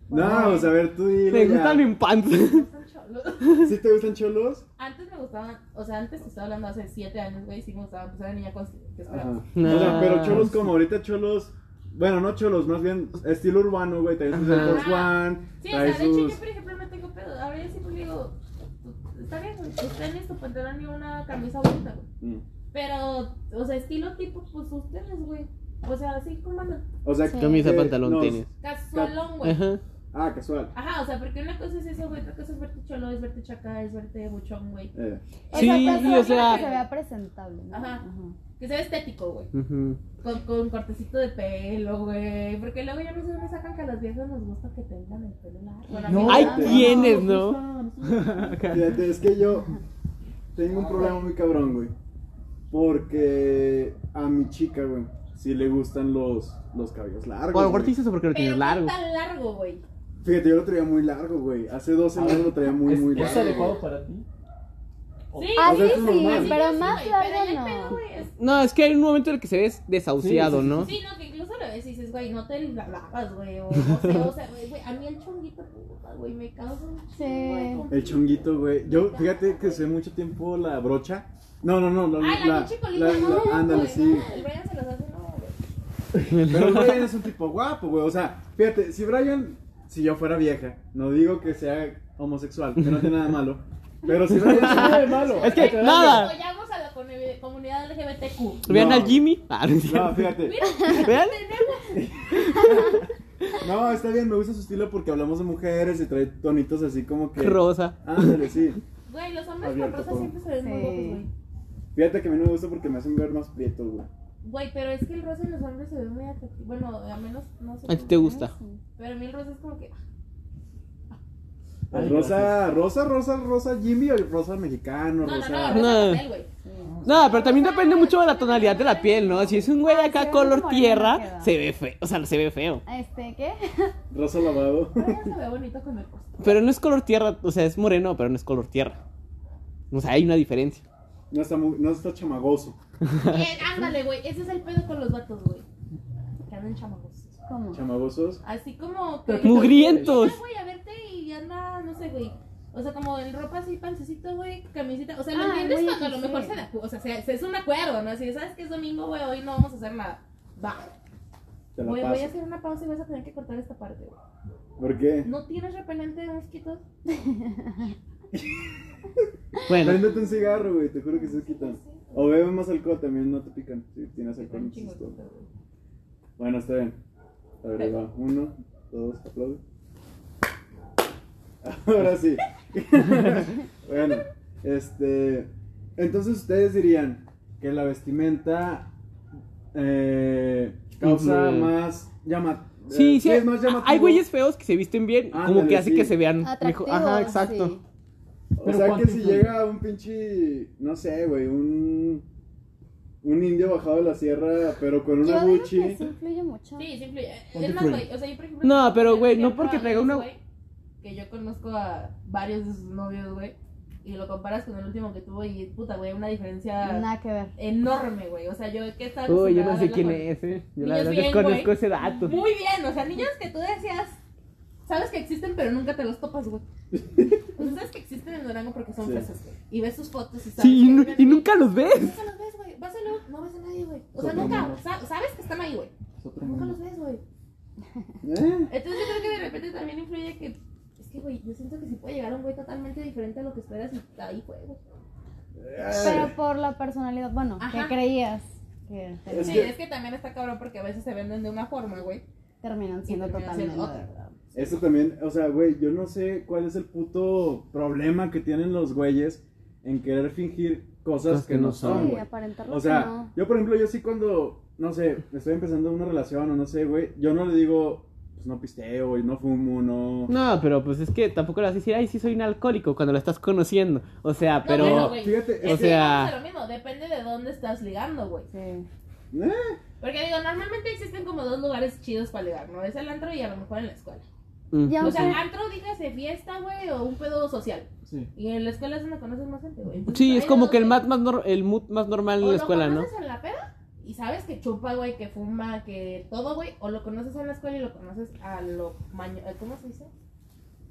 Speaker 2: No, o sea, a ver, tú dile.
Speaker 1: Me
Speaker 2: <laughs>
Speaker 1: gustan
Speaker 2: ya.
Speaker 1: en pants. <laughs>
Speaker 4: Me gustan cholos.
Speaker 2: ¿Sí te gustan cholos?
Speaker 4: Antes me gustaban, o sea, antes te estaba hablando hace 7 años, güey, sí me gustaban, pues era niña con. que esperaba.
Speaker 2: Ajá. O sea,
Speaker 1: Ah,
Speaker 2: pero cholos
Speaker 1: sí.
Speaker 2: como ahorita cholos. Bueno, no cholos, más bien estilo urbano, güey. Trae sus
Speaker 1: Ajá.
Speaker 2: Air Force One,
Speaker 4: Sí, o sea,
Speaker 2: trae
Speaker 4: de hecho,
Speaker 2: sus.
Speaker 4: yo por ejemplo no tengo pedo. Ahora yo siempre pues, digo, tú- está pues, bien, güey, tus tenis, tu pantalón y una camisa bonita, güey.
Speaker 2: Mm.
Speaker 4: Pero, o sea, estilo tipo, pues ustedes, güey. O sea, así como andan.
Speaker 2: O sea,
Speaker 3: Sí.
Speaker 1: Camisa,
Speaker 2: que
Speaker 1: pantalón,
Speaker 2: nos-
Speaker 1: tenis.
Speaker 4: Casualón, güey.
Speaker 1: Ajá.
Speaker 2: Ah, casual.
Speaker 4: Ajá, o sea, porque una cosa es eso, güey, otra cosa es verte cholo, es verte chaca, es verte buchón, güey.
Speaker 2: Eh.
Speaker 1: Sí,
Speaker 3: Exacto,
Speaker 1: y, o
Speaker 3: algo
Speaker 1: sea-
Speaker 3: Que se vea presentable, ¿no?
Speaker 4: Ajá. Que sea estético, güey.
Speaker 1: Ujú.
Speaker 4: Con, con cortecito de pelo, güey. Porque luego ya no sé dónde sacan que a las viejas nos gusta que tengan el pelo largo. Bueno, a mí
Speaker 5: No,
Speaker 4: me
Speaker 1: Ay,
Speaker 4: encanta.
Speaker 2: te-
Speaker 1: tienes, ¿no?
Speaker 2: Fíjate, es que yo tengo un problema muy cabrón, güey. Porque a mi chica, güey, sí le gustan los, los cabellos largos.
Speaker 1: O a lo mejor
Speaker 2: güey.
Speaker 1: te dices porque lo
Speaker 4: Pero
Speaker 1: tienes
Speaker 4: no
Speaker 1: largo.
Speaker 4: tan largo, güey.
Speaker 2: Fíjate, yo lo traía muy largo, güey. Hace dos
Speaker 1: Ah,
Speaker 2: semanas lo traía muy,
Speaker 5: ¿Es,
Speaker 2: muy
Speaker 5: ¿Es
Speaker 2: largo.
Speaker 5: adecuado
Speaker 2: güey.
Speaker 5: para ti?
Speaker 4: Sí,
Speaker 3: Ah,
Speaker 2: O sea,
Speaker 3: sí,
Speaker 2: es
Speaker 3: sí,
Speaker 2: normal.
Speaker 4: yo
Speaker 3: pero
Speaker 4: sí,
Speaker 3: más
Speaker 4: güey,
Speaker 3: largo
Speaker 4: pero ya el pedo,
Speaker 3: no.
Speaker 4: güey, es-
Speaker 1: No, es que hay un momento en el que se ves desahuciado,
Speaker 5: Sí, sí, sí,
Speaker 1: ¿no?
Speaker 4: Sí, no, que incluso lo ves y dices, güey, no te la lavas, güey. O, no sé, o sea, güey, güey, a mí el chonguito, puta, güey, me causa un
Speaker 3: Sí.
Speaker 4: chingo de
Speaker 2: El chonguito, güey. Yo, fíjate que usé mucho tiempo la brocha. No, no, no. La,
Speaker 4: Ay, Ah, la, pinche colita,
Speaker 2: la-
Speaker 4: no,
Speaker 2: la- Ándale,
Speaker 4: güey,
Speaker 2: sí.
Speaker 4: no, El Brian se los hace, no, güey.
Speaker 2: Pero Brian es un tipo guapo, güey. O sea, fíjate, si Brian, si yo fuera vieja, no digo que sea homosexual, que no tiene nada de malo. Pero si Brian.
Speaker 5: Nada de malo.
Speaker 1: Es que
Speaker 5: Te da-
Speaker 1: nada.
Speaker 4: Apoyamos a la comu- comunidad LGBTQ.
Speaker 1: Vean
Speaker 2: No.
Speaker 1: al Jimmy. Ah, no es
Speaker 2: <laughs>
Speaker 1: cierto.
Speaker 2: No,
Speaker 1: <laughs>
Speaker 2: fíjate.
Speaker 4: Mira,
Speaker 1: Vean.
Speaker 2: No, está bien, me gusta su estilo porque hablamos de mujeres y trae tonitos así como que.
Speaker 1: Rosa.
Speaker 2: Ándale, sí.
Speaker 4: güey, los hombres con
Speaker 2: Abierto
Speaker 4: rosas
Speaker 2: todo.
Speaker 4: siempre se ven muy
Speaker 3: Sí.
Speaker 4: guapos, güey.
Speaker 2: Fíjate que a mí no me gusta porque me hacen ver más prieto, güey.
Speaker 4: Güey, pero es que el rosa en los hombres se ve muy atractivo. Bueno, a menos, no sé.
Speaker 1: A ti te gusta.
Speaker 4: Pero a mí el rosa es como que.
Speaker 5: Ay,
Speaker 2: Rosa, rosa, rosa, rosa Jimmy o rosa mexicano,
Speaker 4: No, no,
Speaker 2: rosa.
Speaker 4: no, rosa
Speaker 1: No.
Speaker 4: papel, güey.
Speaker 1: No, pero también depende mucho de la tonalidad de la piel, ¿no? Si es un güey
Speaker 3: Ah,
Speaker 1: acá
Speaker 3: sí,
Speaker 1: color
Speaker 3: morena
Speaker 1: tierra,
Speaker 3: queda.
Speaker 1: se ve feo. O sea, se ve feo.
Speaker 3: Este, ¿qué?
Speaker 2: Rosa lavado.
Speaker 4: Pero ya se ve bonito con el
Speaker 1: <laughs>
Speaker 4: costo.
Speaker 1: Pero no es color tierra, o sea, es moreno, pero no es color tierra. O sea, hay una diferencia.
Speaker 2: No está, muy- no está chamagoso.
Speaker 4: Bien, ándale, güey. Ese es el pedo con los vatos, güey. Que andan chamacos.
Speaker 3: ¿Cómo?
Speaker 2: Chamagosos.
Speaker 4: Así como. que-
Speaker 1: Mugrientos. <laughs>
Speaker 4: Llega, güey, a verte y anda, no sé, güey. O sea, como en ropa así, pancecito, güey, camisita. O sea, ¿lo
Speaker 3: Ah,
Speaker 4: entiendes
Speaker 3: güey,
Speaker 4: cuando a lo
Speaker 3: sí.
Speaker 4: mejor se da. O sea, se, se es un acuerdo, ¿no? Así de, sabes que es domingo, güey, hoy no vamos a hacer nada. Va.
Speaker 2: Te la
Speaker 4: Güey, voy a
Speaker 2: paso.
Speaker 4: hacer una pausa y vas a tener que cortar esta parte, güey.
Speaker 2: ¿Por qué?
Speaker 4: ¿No tienes repelente de mosquitos?
Speaker 1: Bueno,
Speaker 2: Préndete un cigarro, güey, te juro que se quitan. O bebe más alcohol también, no te pican. Si tienes alcohol,
Speaker 4: Un
Speaker 2: no te
Speaker 4: chingo de
Speaker 2: asustas.
Speaker 4: cosas, güey.
Speaker 2: Bueno, está bien. A ver, ahí va. Uno, dos, aplaude. <laughs> Ahora sí. <laughs> bueno, este. Entonces ustedes dirían que la vestimenta eh, causa
Speaker 1: Ujú.
Speaker 2: más llama. eh,
Speaker 1: sí, sí.
Speaker 2: es más llamativo.
Speaker 1: Hay güeyes feos que se visten bien, como
Speaker 2: Ándale,
Speaker 1: que hace
Speaker 2: sí.
Speaker 1: que se vean
Speaker 3: Atractivo.
Speaker 1: mejor. Ajá, exacto.
Speaker 3: sí.
Speaker 2: O
Speaker 5: Pero
Speaker 2: sea que
Speaker 5: ¿cuánto
Speaker 2: si
Speaker 5: influye?
Speaker 2: llega un pinche, no sé, güey, un un indio bajado de la sierra, pero con una
Speaker 3: Yo digo
Speaker 2: Gucci.
Speaker 3: que sí influye mucho.
Speaker 4: Sí, sí influye.
Speaker 5: Ponte
Speaker 4: Es más,
Speaker 5: free.
Speaker 4: güey, o sea, yo por ejemplo...
Speaker 1: No, pero, güey,
Speaker 4: por
Speaker 1: no
Speaker 4: ejemplo,
Speaker 1: porque
Speaker 4: a
Speaker 1: traiga
Speaker 4: Luis,
Speaker 1: una-
Speaker 4: güey, Que yo conozco a varios de sus novios, güey, y lo comparas con el último que tuvo y, puta, güey, una diferencia
Speaker 3: Nada que ver.
Speaker 4: enorme, güey. O sea, yo que estaba...
Speaker 1: Uy, yo
Speaker 4: acostumbrada
Speaker 1: no
Speaker 4: a
Speaker 1: sé
Speaker 4: verla
Speaker 1: quién
Speaker 4: con-
Speaker 1: es, ¿eh? Yo la
Speaker 4: niños
Speaker 1: verdad
Speaker 4: bien,
Speaker 1: desconozco
Speaker 4: güey.
Speaker 1: ese dato.
Speaker 4: Muy bien, o sea, niños que tú decías... Sabes que existen, pero nunca te los topas, güey. O sea, sabes que existen en Durango porque son
Speaker 2: Sí.
Speaker 4: fresas, güey. Y ves sus fotos y sabes
Speaker 1: Sí, y,
Speaker 4: que
Speaker 1: nu-
Speaker 4: viven
Speaker 1: y
Speaker 4: ahí.
Speaker 1: nunca los ves.
Speaker 4: Nunca los ves, güey. vas y luego no ves a nadie, güey. O sea,
Speaker 5: Sobre
Speaker 4: nunca,
Speaker 5: todo.
Speaker 4: sa- sabes que están ahí, güey.
Speaker 5: Es otro
Speaker 4: Nunca los
Speaker 5: mundo.
Speaker 4: ves, güey.
Speaker 2: ¿Eh?
Speaker 4: Entonces yo creo que de repente también influye que. Es que, güey, yo siento que si puede llegar un güey totalmente diferente a lo que esperas y está ahí, güey. güey.
Speaker 2: Ah,
Speaker 3: Pero por la personalidad, bueno,
Speaker 4: Ajá.
Speaker 3: que creías que te-
Speaker 2: Es
Speaker 4: sí,
Speaker 2: que-
Speaker 4: es que también está cabrón porque a veces se venden de una forma, güey.
Speaker 3: terminan siendo
Speaker 4: Y terminan siendo
Speaker 3: totalmente.
Speaker 4: otra.
Speaker 3: ¿verdad?
Speaker 2: Esto también, o sea, güey, yo no sé cuál es el puto problema que tienen los güeyes en querer fingir cosas que, no son,
Speaker 3: Sí,
Speaker 2: güey.
Speaker 3: aparentar
Speaker 2: O sea,
Speaker 3: no.
Speaker 2: yo por ejemplo, yo sí cuando, no sé, estoy empezando una relación o no sé, güey, yo no le digo, pues no pisteo y no fumo, no...
Speaker 1: No, pero pues es que tampoco le vas a decir, ay, sí soy un alcohólico cuando lo estás conociendo. O sea, pero.
Speaker 4: bueno, güey.
Speaker 2: Fíjate,
Speaker 1: O
Speaker 4: Es que
Speaker 1: sea-
Speaker 4: vamos a lo mismo, depende de dónde estás ligando, güey.
Speaker 3: Sí.
Speaker 2: ¿eh?
Speaker 4: Porque digo, normalmente existen como dos lugares chidos para ligar, ¿no? Es el antro y a lo mejor en la escuela.
Speaker 1: Mm.
Speaker 3: Ya,
Speaker 4: O
Speaker 3: o
Speaker 4: sea,
Speaker 3: sea,
Speaker 4: antro, dígase fiesta, güey, o un pedo social.
Speaker 5: Sí.
Speaker 4: Y en la escuela es donde conoces más gente, güey. Entonces,
Speaker 1: Pues Sí,
Speaker 4: ahí
Speaker 1: es como que el, mat
Speaker 4: donde-
Speaker 1: más nor- el mood más normal en
Speaker 4: o
Speaker 1: la escuela,
Speaker 4: lo
Speaker 1: ¿no?
Speaker 4: conoces en la peda y sabes que chupa, güey, que fuma, que todo, güey. O lo conoces en la escuela y lo conoces a lo maño... eh, ¿Cómo se dice?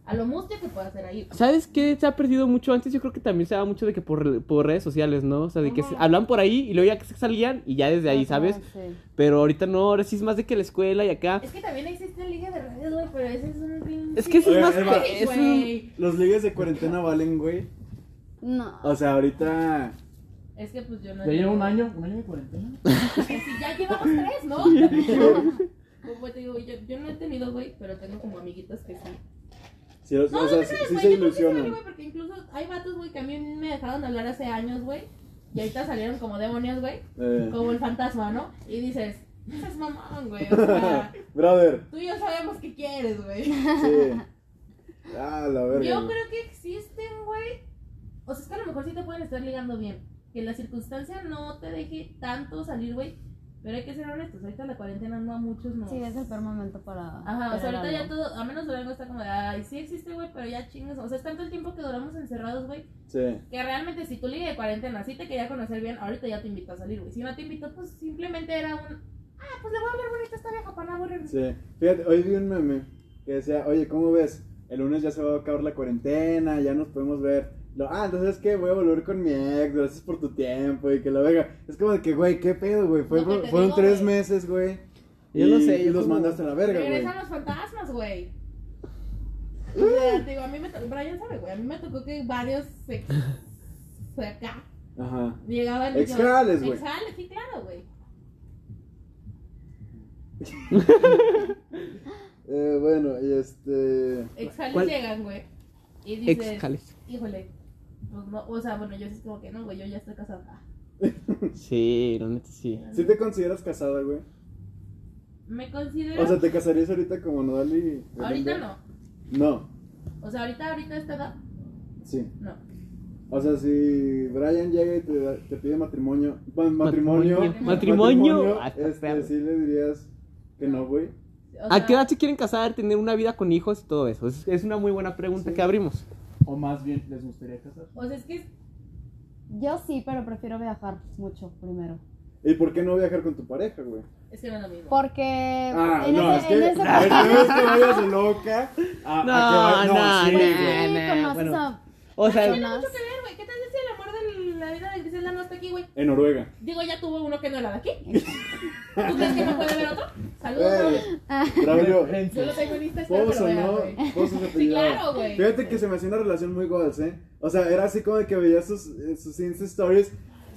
Speaker 4: A lo mustia que puede hacer ahí.
Speaker 1: ¿Sabes qué se ha perdido mucho antes? Yo creo que también se daba mucho de que por, por redes sociales, ¿no? O sea, de que
Speaker 4: Ajá.
Speaker 1: se- hablaban por ahí y luego ya que se salían y ya desde ahí, ¿sabes?
Speaker 3: Sí.
Speaker 1: Pero ahorita no, ahora sí es más de que la escuela y acá.
Speaker 4: Es que también existe el liga de redes, güey, pero ese es un pinche...
Speaker 1: Es que eso es
Speaker 2: Oye,
Speaker 1: más.
Speaker 2: Eva,
Speaker 1: que- es un-
Speaker 4: Güey,
Speaker 2: Los ligues de cuarentena valen, güey.
Speaker 3: No.
Speaker 2: O sea, ahorita...
Speaker 4: Es que pues yo no...
Speaker 5: Ya lleva un año, un año de cuarentena.
Speaker 4: Es que si ya llevamos tres, ¿no? <laughs> Pues, güey, te digo, yo, yo no he tenido, güey, pero tengo como amiguitas que sí.
Speaker 2: Sí, o,
Speaker 4: No,
Speaker 2: o
Speaker 4: no
Speaker 2: sea,
Speaker 4: te
Speaker 2: sí,
Speaker 4: creas,
Speaker 2: sí
Speaker 4: güey,
Speaker 2: se
Speaker 4: yo creo que sí vale,
Speaker 2: ilusionan.
Speaker 4: güey, porque incluso hay vatos, güey, que a mí me dejaron de hablar hace años, güey. Y ahorita salieron como demonios, güey.
Speaker 2: Eh,
Speaker 4: Como el fantasma, ¿no? Y dices, "No seas mamón, güey.
Speaker 2: <laughs>
Speaker 4: O sea,
Speaker 2: ah,
Speaker 4: <laughs>
Speaker 2: Brother,
Speaker 4: tú y yo sabemos qué quieres, güey.
Speaker 2: sí. Ah, la verga.
Speaker 4: Yo
Speaker 2: güey.
Speaker 4: creo que existen, güey. O sea, es que a lo mejor sí te pueden estar ligando bien. Que la circunstancia no te deje tanto salir, güey. Pero hay que ser honestos. Ahorita la cuarentena no a muchos no.
Speaker 3: Sí, es el peor momento para.
Speaker 4: Ajá, o sea,
Speaker 3: tener
Speaker 4: ahorita ya
Speaker 3: algo.
Speaker 4: todo, a menos Durango está como de, ay, sí existe, güey, pero ya chingas. O sea, es tanto el tiempo que duramos encerrados, güey,
Speaker 2: Sí.
Speaker 4: que realmente si tú ligas de cuarentena, si te quería conocer bien, ahorita ya te invito a salir, güey. Si no te invitó, pues simplemente era un, ah, pues le voy a hablar bonito a esta vieja para no aburrirme.
Speaker 2: Sí, fíjate, hoy vi un meme que decía, oye, ¿cómo ves? El lunes ya se va a acabar la cuarentena, ya nos podemos ver. Lo, ah, entonces que voy a volver con mi ex, gracias por tu tiempo y que la verga. Es como de que, güey, ¿qué pedo, güey? Fue-
Speaker 4: Lo que te
Speaker 2: fueron
Speaker 4: digo,
Speaker 2: tres
Speaker 4: güey.
Speaker 2: meses, güey.
Speaker 1: Yo no sé,
Speaker 2: y
Speaker 1: yo
Speaker 2: los
Speaker 1: como-
Speaker 2: mandaste a la verga, güey.
Speaker 4: Regresan los
Speaker 2: <laughs>
Speaker 4: fantasmas, güey. O sea, te digo, a mí me tocó, Brian sabe, güey, a mí me tocó que varios se,
Speaker 2: <laughs>
Speaker 4: se acá
Speaker 2: Ajá.
Speaker 4: llegaban
Speaker 2: Exjales, güey.
Speaker 4: Exjales, sí, claro, güey.
Speaker 2: Eh, bueno, y este...
Speaker 4: Exjales
Speaker 1: ¿Cuál?
Speaker 4: llegan, güey. Y dices,
Speaker 1: Exjales.
Speaker 4: híjole, pues no, o sea, bueno, yo sí es como que no, güey, yo ya estoy casada. Ah,
Speaker 1: Sí, la neta sí.
Speaker 2: ¿Sí te consideras casada, güey?
Speaker 4: Me considero,
Speaker 2: O sea, ¿te casarías ahorita como Nodal y...?
Speaker 4: ahorita no,
Speaker 2: No,
Speaker 4: o sea, ahorita, ahorita a esta edad,
Speaker 2: sí.
Speaker 4: no.
Speaker 2: O sea, si Brian llega y te, te pide matrimonio, ma- matrimonio,
Speaker 1: Matrimonio. Matrimonio. Ah, está
Speaker 2: este,
Speaker 1: feo.
Speaker 2: sí le dirías que no, güey.
Speaker 4: O
Speaker 1: ¿A
Speaker 4: sea,
Speaker 1: qué edad se quieren casar, tener una vida con hijos y todo eso? Es, es una muy buena pregunta que abrimos.
Speaker 5: O más bien, ¿les gustaría casarse?
Speaker 4: O sea, es que
Speaker 3: Yo sí, pero prefiero viajar mucho primero.
Speaker 2: ¿Y por qué no viajar con tu pareja, güey?
Speaker 4: es que no es lo mismo.
Speaker 3: Porque
Speaker 2: Ah,
Speaker 3: en
Speaker 2: no,
Speaker 3: ese,
Speaker 2: es que
Speaker 3: en
Speaker 2: es <laughs>
Speaker 3: ese
Speaker 2: que no es que vayas de loca. A, a que
Speaker 1: No,
Speaker 2: va-
Speaker 1: no,
Speaker 2: sí,
Speaker 1: no.
Speaker 2: güey.
Speaker 3: Sí,
Speaker 1: Nah,
Speaker 3: conoces
Speaker 1: bueno.
Speaker 3: a
Speaker 1: O sea,
Speaker 4: Tiene mucho que ver, güey, ¿qué tal si el amor de la vida de Griselda no está aquí, güey?
Speaker 2: En Noruega.
Speaker 4: Digo, ya tuvo uno que no era de aquí. ¿Tú crees que no puede haber otro? Saludos,
Speaker 2: Güey,
Speaker 1: <laughs>
Speaker 4: güey.
Speaker 2: Braulio,
Speaker 4: Yo lo tengo en Instagram,
Speaker 2: Pozos
Speaker 4: pero
Speaker 2: o
Speaker 4: vea,
Speaker 2: no,
Speaker 4: güey.
Speaker 2: Pozos de
Speaker 4: Sí, claro, güey.
Speaker 2: Fíjate que se me hacía una relación muy goals, ¿eh? O sea, era así como de que veía sus, eh, sus Insta Stories.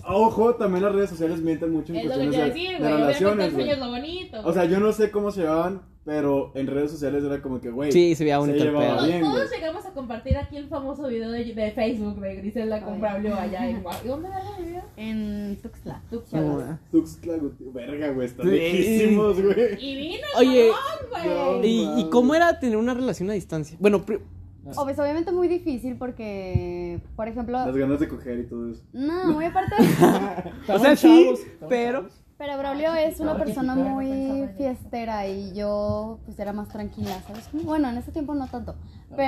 Speaker 2: Ojo, también las redes sociales mienten mucho en
Speaker 4: Es lo que
Speaker 2: cuestiones
Speaker 4: te
Speaker 2: de,
Speaker 4: iba a decir,
Speaker 2: de
Speaker 4: güey. Obviamente
Speaker 2: relaciones,
Speaker 4: el
Speaker 2: güey.
Speaker 4: sueño es lo bonito.
Speaker 2: O sea, yo no sé cómo se llevaban, pero en redes sociales era como que, güey.
Speaker 1: Sí, se veía bonito
Speaker 2: Se
Speaker 1: el
Speaker 2: llevaba
Speaker 1: pedo.
Speaker 4: todos,
Speaker 2: bien,
Speaker 4: todos
Speaker 2: güey.
Speaker 4: llegamos a compartir aquí el famoso video de, de Facebook de Griselda con
Speaker 3: Ay.
Speaker 4: Braulio allá en Gua- ¿Dónde era ese video?
Speaker 3: en Tuxtla.
Speaker 4: Tuxtla.
Speaker 2: Tuxtla Guti- Verga, güey, están
Speaker 1: Sí.
Speaker 2: lejísimos, güey.
Speaker 4: Y vino el
Speaker 1: Oye,
Speaker 4: cabrón,
Speaker 2: no.
Speaker 4: güey.
Speaker 1: ¿Y, y cómo era tener una relación a distancia? Bueno, pri-
Speaker 2: Ah.
Speaker 3: O- pues, obviamente muy difícil porque, por
Speaker 2: Las
Speaker 3: ejemplo,
Speaker 2: ganas de coger y todo eso.
Speaker 3: no,
Speaker 2: <laughs>
Speaker 3: muy aparte,
Speaker 1: o
Speaker 5: Estaban
Speaker 1: sea, sí,
Speaker 5: chavos, estaban
Speaker 1: pero...
Speaker 5: chavos.
Speaker 3: pero Braulio es una
Speaker 5: Ahora que
Speaker 3: persona
Speaker 5: quitaron, pensaba
Speaker 3: muy
Speaker 5: en eso.
Speaker 3: fiestera y yo pues era más tranquila, ¿sabes? Bueno, en ese tiempo no tanto,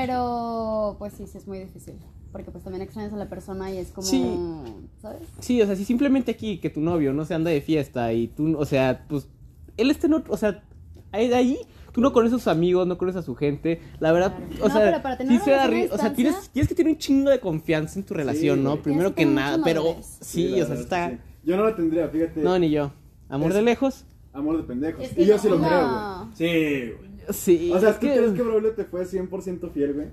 Speaker 3: pero pues sí, sí es muy difícil porque pues también extrañas a la persona y es como,
Speaker 1: Sí.
Speaker 3: ¿sabes?
Speaker 1: Sí, o sea, si simplemente aquí que tu novio no se anda de fiesta y tú, o sea, pues él está en otro, o sea, ahí, de ahí tú no conoces a sus amigos, no conoces a su gente, la verdad,
Speaker 3: Claro.
Speaker 1: o
Speaker 3: No,
Speaker 1: sea,
Speaker 3: pero para tener
Speaker 1: sí
Speaker 3: una
Speaker 1: se da
Speaker 3: relación a
Speaker 1: ri- o sea,
Speaker 3: distancia-
Speaker 1: tienes, tienes que tener un chingo de confianza en tu relación, ¿no?
Speaker 2: güey.
Speaker 1: Primero
Speaker 3: que
Speaker 1: que
Speaker 3: tener
Speaker 1: nada,
Speaker 3: mucha
Speaker 1: pero
Speaker 3: madurez.
Speaker 1: sí,
Speaker 2: Sí, la
Speaker 1: o sea, sí
Speaker 2: verdad
Speaker 1: está
Speaker 2: es que sí. Yo no la tendría, fíjate.
Speaker 1: No, ni yo. Amor
Speaker 2: Es-
Speaker 1: de lejos.
Speaker 2: Amor de pendejos.
Speaker 4: Es que
Speaker 2: y yo
Speaker 4: no.
Speaker 2: sí lo creo,
Speaker 3: No.
Speaker 2: güey. Sí, güey.
Speaker 1: Sí.
Speaker 2: O sea, ¿tú crees que Braulio te fue 100% fiel, güey?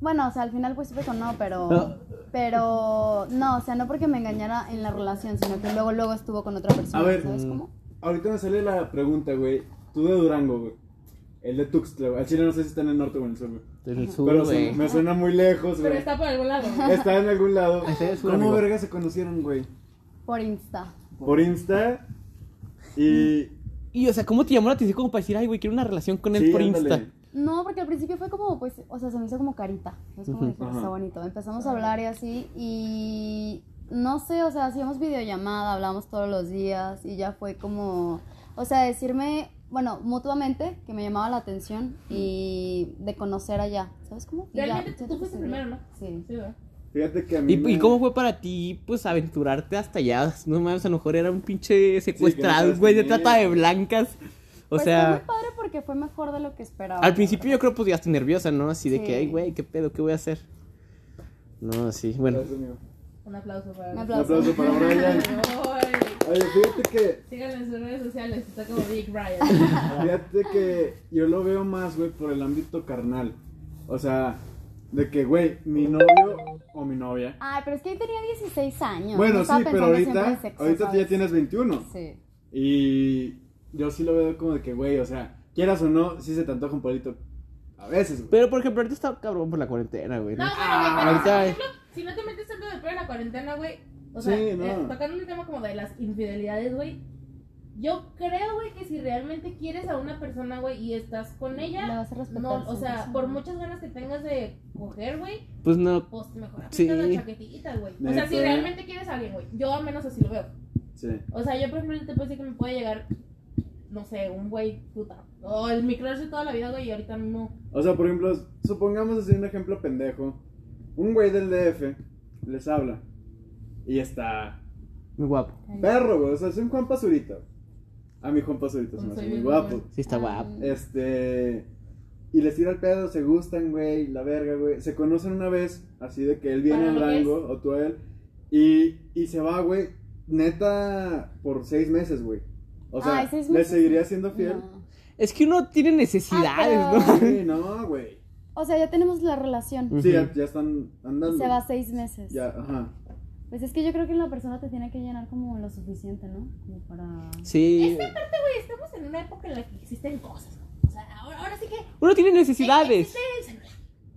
Speaker 3: Bueno, o sea, al final pues supe con no, pero...
Speaker 1: No.
Speaker 3: Pero... No, o sea, no porque me engañara en la relación, sino que luego, luego estuvo con otra persona,
Speaker 2: A ver.
Speaker 3: ¿sabes
Speaker 1: Mm.
Speaker 3: cómo?
Speaker 2: Ahorita me sale la pregunta, güey. Tú de Durango, güey. El de Tuxtla, güey. Al chile no sé si está en el norte o en el sur, güey.
Speaker 1: Del
Speaker 2: Pero
Speaker 1: sur,
Speaker 2: se-
Speaker 1: güey.
Speaker 2: me suena muy lejos,
Speaker 4: Pero
Speaker 2: güey.
Speaker 4: está por
Speaker 3: <laughs>
Speaker 4: algún lado.
Speaker 2: Está en algún lado.
Speaker 1: <laughs> Está en el sur,
Speaker 2: ¿Cómo
Speaker 1: amigo.
Speaker 2: verga se conocieron, güey?
Speaker 3: Por Insta.
Speaker 2: Por Insta y...
Speaker 1: Mm. Y, o sea, ¿cómo te llamó la atención como para decir, ay, güey, quiero una relación con él
Speaker 2: Sí,
Speaker 1: por
Speaker 2: ándale.
Speaker 1: Insta?
Speaker 3: No, porque al principio fue como, pues, o sea, se me hizo como carita. Es como
Speaker 1: Ujú.
Speaker 3: dije,
Speaker 2: Ajá.
Speaker 3: está bonito. Empezamos a hablar y así, y no sé, o sea, hacíamos videollamada, hablábamos todos los días, y ya fue como, o sea, decirme, bueno, mutuamente, que me llamaba la atención, y de conocer allá, ¿sabes cómo? Y ya,
Speaker 4: Realmente tú
Speaker 3: siento que
Speaker 4: fuiste
Speaker 3: sí,
Speaker 4: primero, ¿no?
Speaker 3: Sí.
Speaker 4: Sí, ¿verdad?
Speaker 2: Fíjate que a mí
Speaker 1: ¿Y,
Speaker 2: me-
Speaker 1: y cómo fue para ti, pues, aventurarte hasta allá? No mames, a lo mejor era un pinche secuestrado,
Speaker 2: sabes
Speaker 1: güey, de
Speaker 2: quién es.
Speaker 1: trata de blancas. O
Speaker 3: Pues fue
Speaker 1: sea,
Speaker 3: muy padre porque fue mejor de lo que esperaba.
Speaker 1: al principio yo creo pues llegaste nerviosa, ¿no? Así de
Speaker 3: Sí.
Speaker 1: que, ay, güey, ¿qué pedo? ¿Qué voy a hacer? No, sí, bueno.
Speaker 2: Gracias, amigo.
Speaker 4: Un aplauso para
Speaker 3: Un
Speaker 2: Un
Speaker 3: aplauso.
Speaker 2: aplauso para Brian.
Speaker 4: <laughs> Ay,
Speaker 2: Oye, fíjate que...
Speaker 4: Síganlo en sus redes sociales, está como Big
Speaker 2: <laughs>
Speaker 4: Brian.
Speaker 2: Fíjate que yo lo veo más, güey, por el ámbito carnal. O sea, de que, güey, mi novio o mi novia.
Speaker 3: Ay, pero es que yo tenía 16 años.
Speaker 2: Bueno,
Speaker 3: yo
Speaker 2: sí,
Speaker 3: estaba
Speaker 2: pero
Speaker 3: pensando siempre
Speaker 2: ahorita,
Speaker 3: en sexo,
Speaker 2: ahorita tú ya
Speaker 3: ¿sabes?
Speaker 2: tienes 21.
Speaker 3: Sí.
Speaker 2: Y yo sí lo veo como de que, güey, o sea, quieras o no, sí se te antoja un palito. A veces, güey.
Speaker 1: Pero, por ejemplo, ahorita está cabrón por la cuarentena, güey.
Speaker 4: No,
Speaker 1: ¿no?
Speaker 4: bueno, güey,
Speaker 2: Ah,
Speaker 4: pero
Speaker 1: ahorita-
Speaker 4: por ejemplo, si no te metes tanto después de la cuarentena, güey, o sea,
Speaker 2: Sí, no.
Speaker 4: eh, tocando el tema como de las infidelidades, güey, yo creo, güey, que si realmente quieres a una persona, güey, y estás con
Speaker 3: La
Speaker 4: ella,
Speaker 3: vas a respetar.
Speaker 4: no, o
Speaker 3: sí,
Speaker 4: sea,
Speaker 3: sí.
Speaker 4: por muchas ganas que tengas de coger, güey,
Speaker 1: Pues no.
Speaker 4: pues mejor
Speaker 1: Sí.
Speaker 4: aplica la chaquetita, güey. O sea,
Speaker 2: Neta.
Speaker 4: si realmente quieres a alguien, güey, yo al menos así lo veo.
Speaker 2: Sí.
Speaker 4: O sea, yo por ejemplo te puedo decir que me puede llegar, no sé, un güey puta, o el micro de toda la vida, güey, y ahorita no.
Speaker 2: O sea, por ejemplo, supongamos así un ejemplo pendejo. Un güey del DF les habla. Y está
Speaker 1: Muy guapo.
Speaker 2: perro, güey. O sea, es un Juan Pazurita. A mi Juan Pazurita se me
Speaker 4: Soy
Speaker 2: hace muy
Speaker 4: bien
Speaker 2: guapo.
Speaker 4: guapo.
Speaker 1: Sí, está
Speaker 3: Ah.
Speaker 1: guapo.
Speaker 2: Este. Y les tira el pedo, se gustan, güey, la verga, güey. Se conocen una vez, así de que él viene
Speaker 4: Para
Speaker 2: a
Speaker 4: lo que
Speaker 2: Durango, o tú a él. Y, y se va, güey, neta, por seis meses, güey. O sea,
Speaker 3: Ay, seis
Speaker 2: le
Speaker 3: meses.
Speaker 2: seguiría siendo fiel.
Speaker 3: No.
Speaker 1: Es que uno tiene necesidades,
Speaker 3: Ah,
Speaker 1: ¿no?
Speaker 3: pero-
Speaker 2: Sí, no, güey.
Speaker 3: O sea, ya tenemos la relación.
Speaker 1: Ujú.
Speaker 2: Sí, ya, ya están andando.
Speaker 3: Se va seis meses.
Speaker 2: Ya, ajá.
Speaker 3: Pues es que yo creo que la persona te tiene que llenar como lo suficiente, ¿no? Como para.
Speaker 1: Sí.
Speaker 4: Esta parte, güey, estamos en una época en la que existen cosas. ¿no? O sea, ahora, ahora sí que.
Speaker 1: Uno tiene necesidades.
Speaker 4: existe el celular.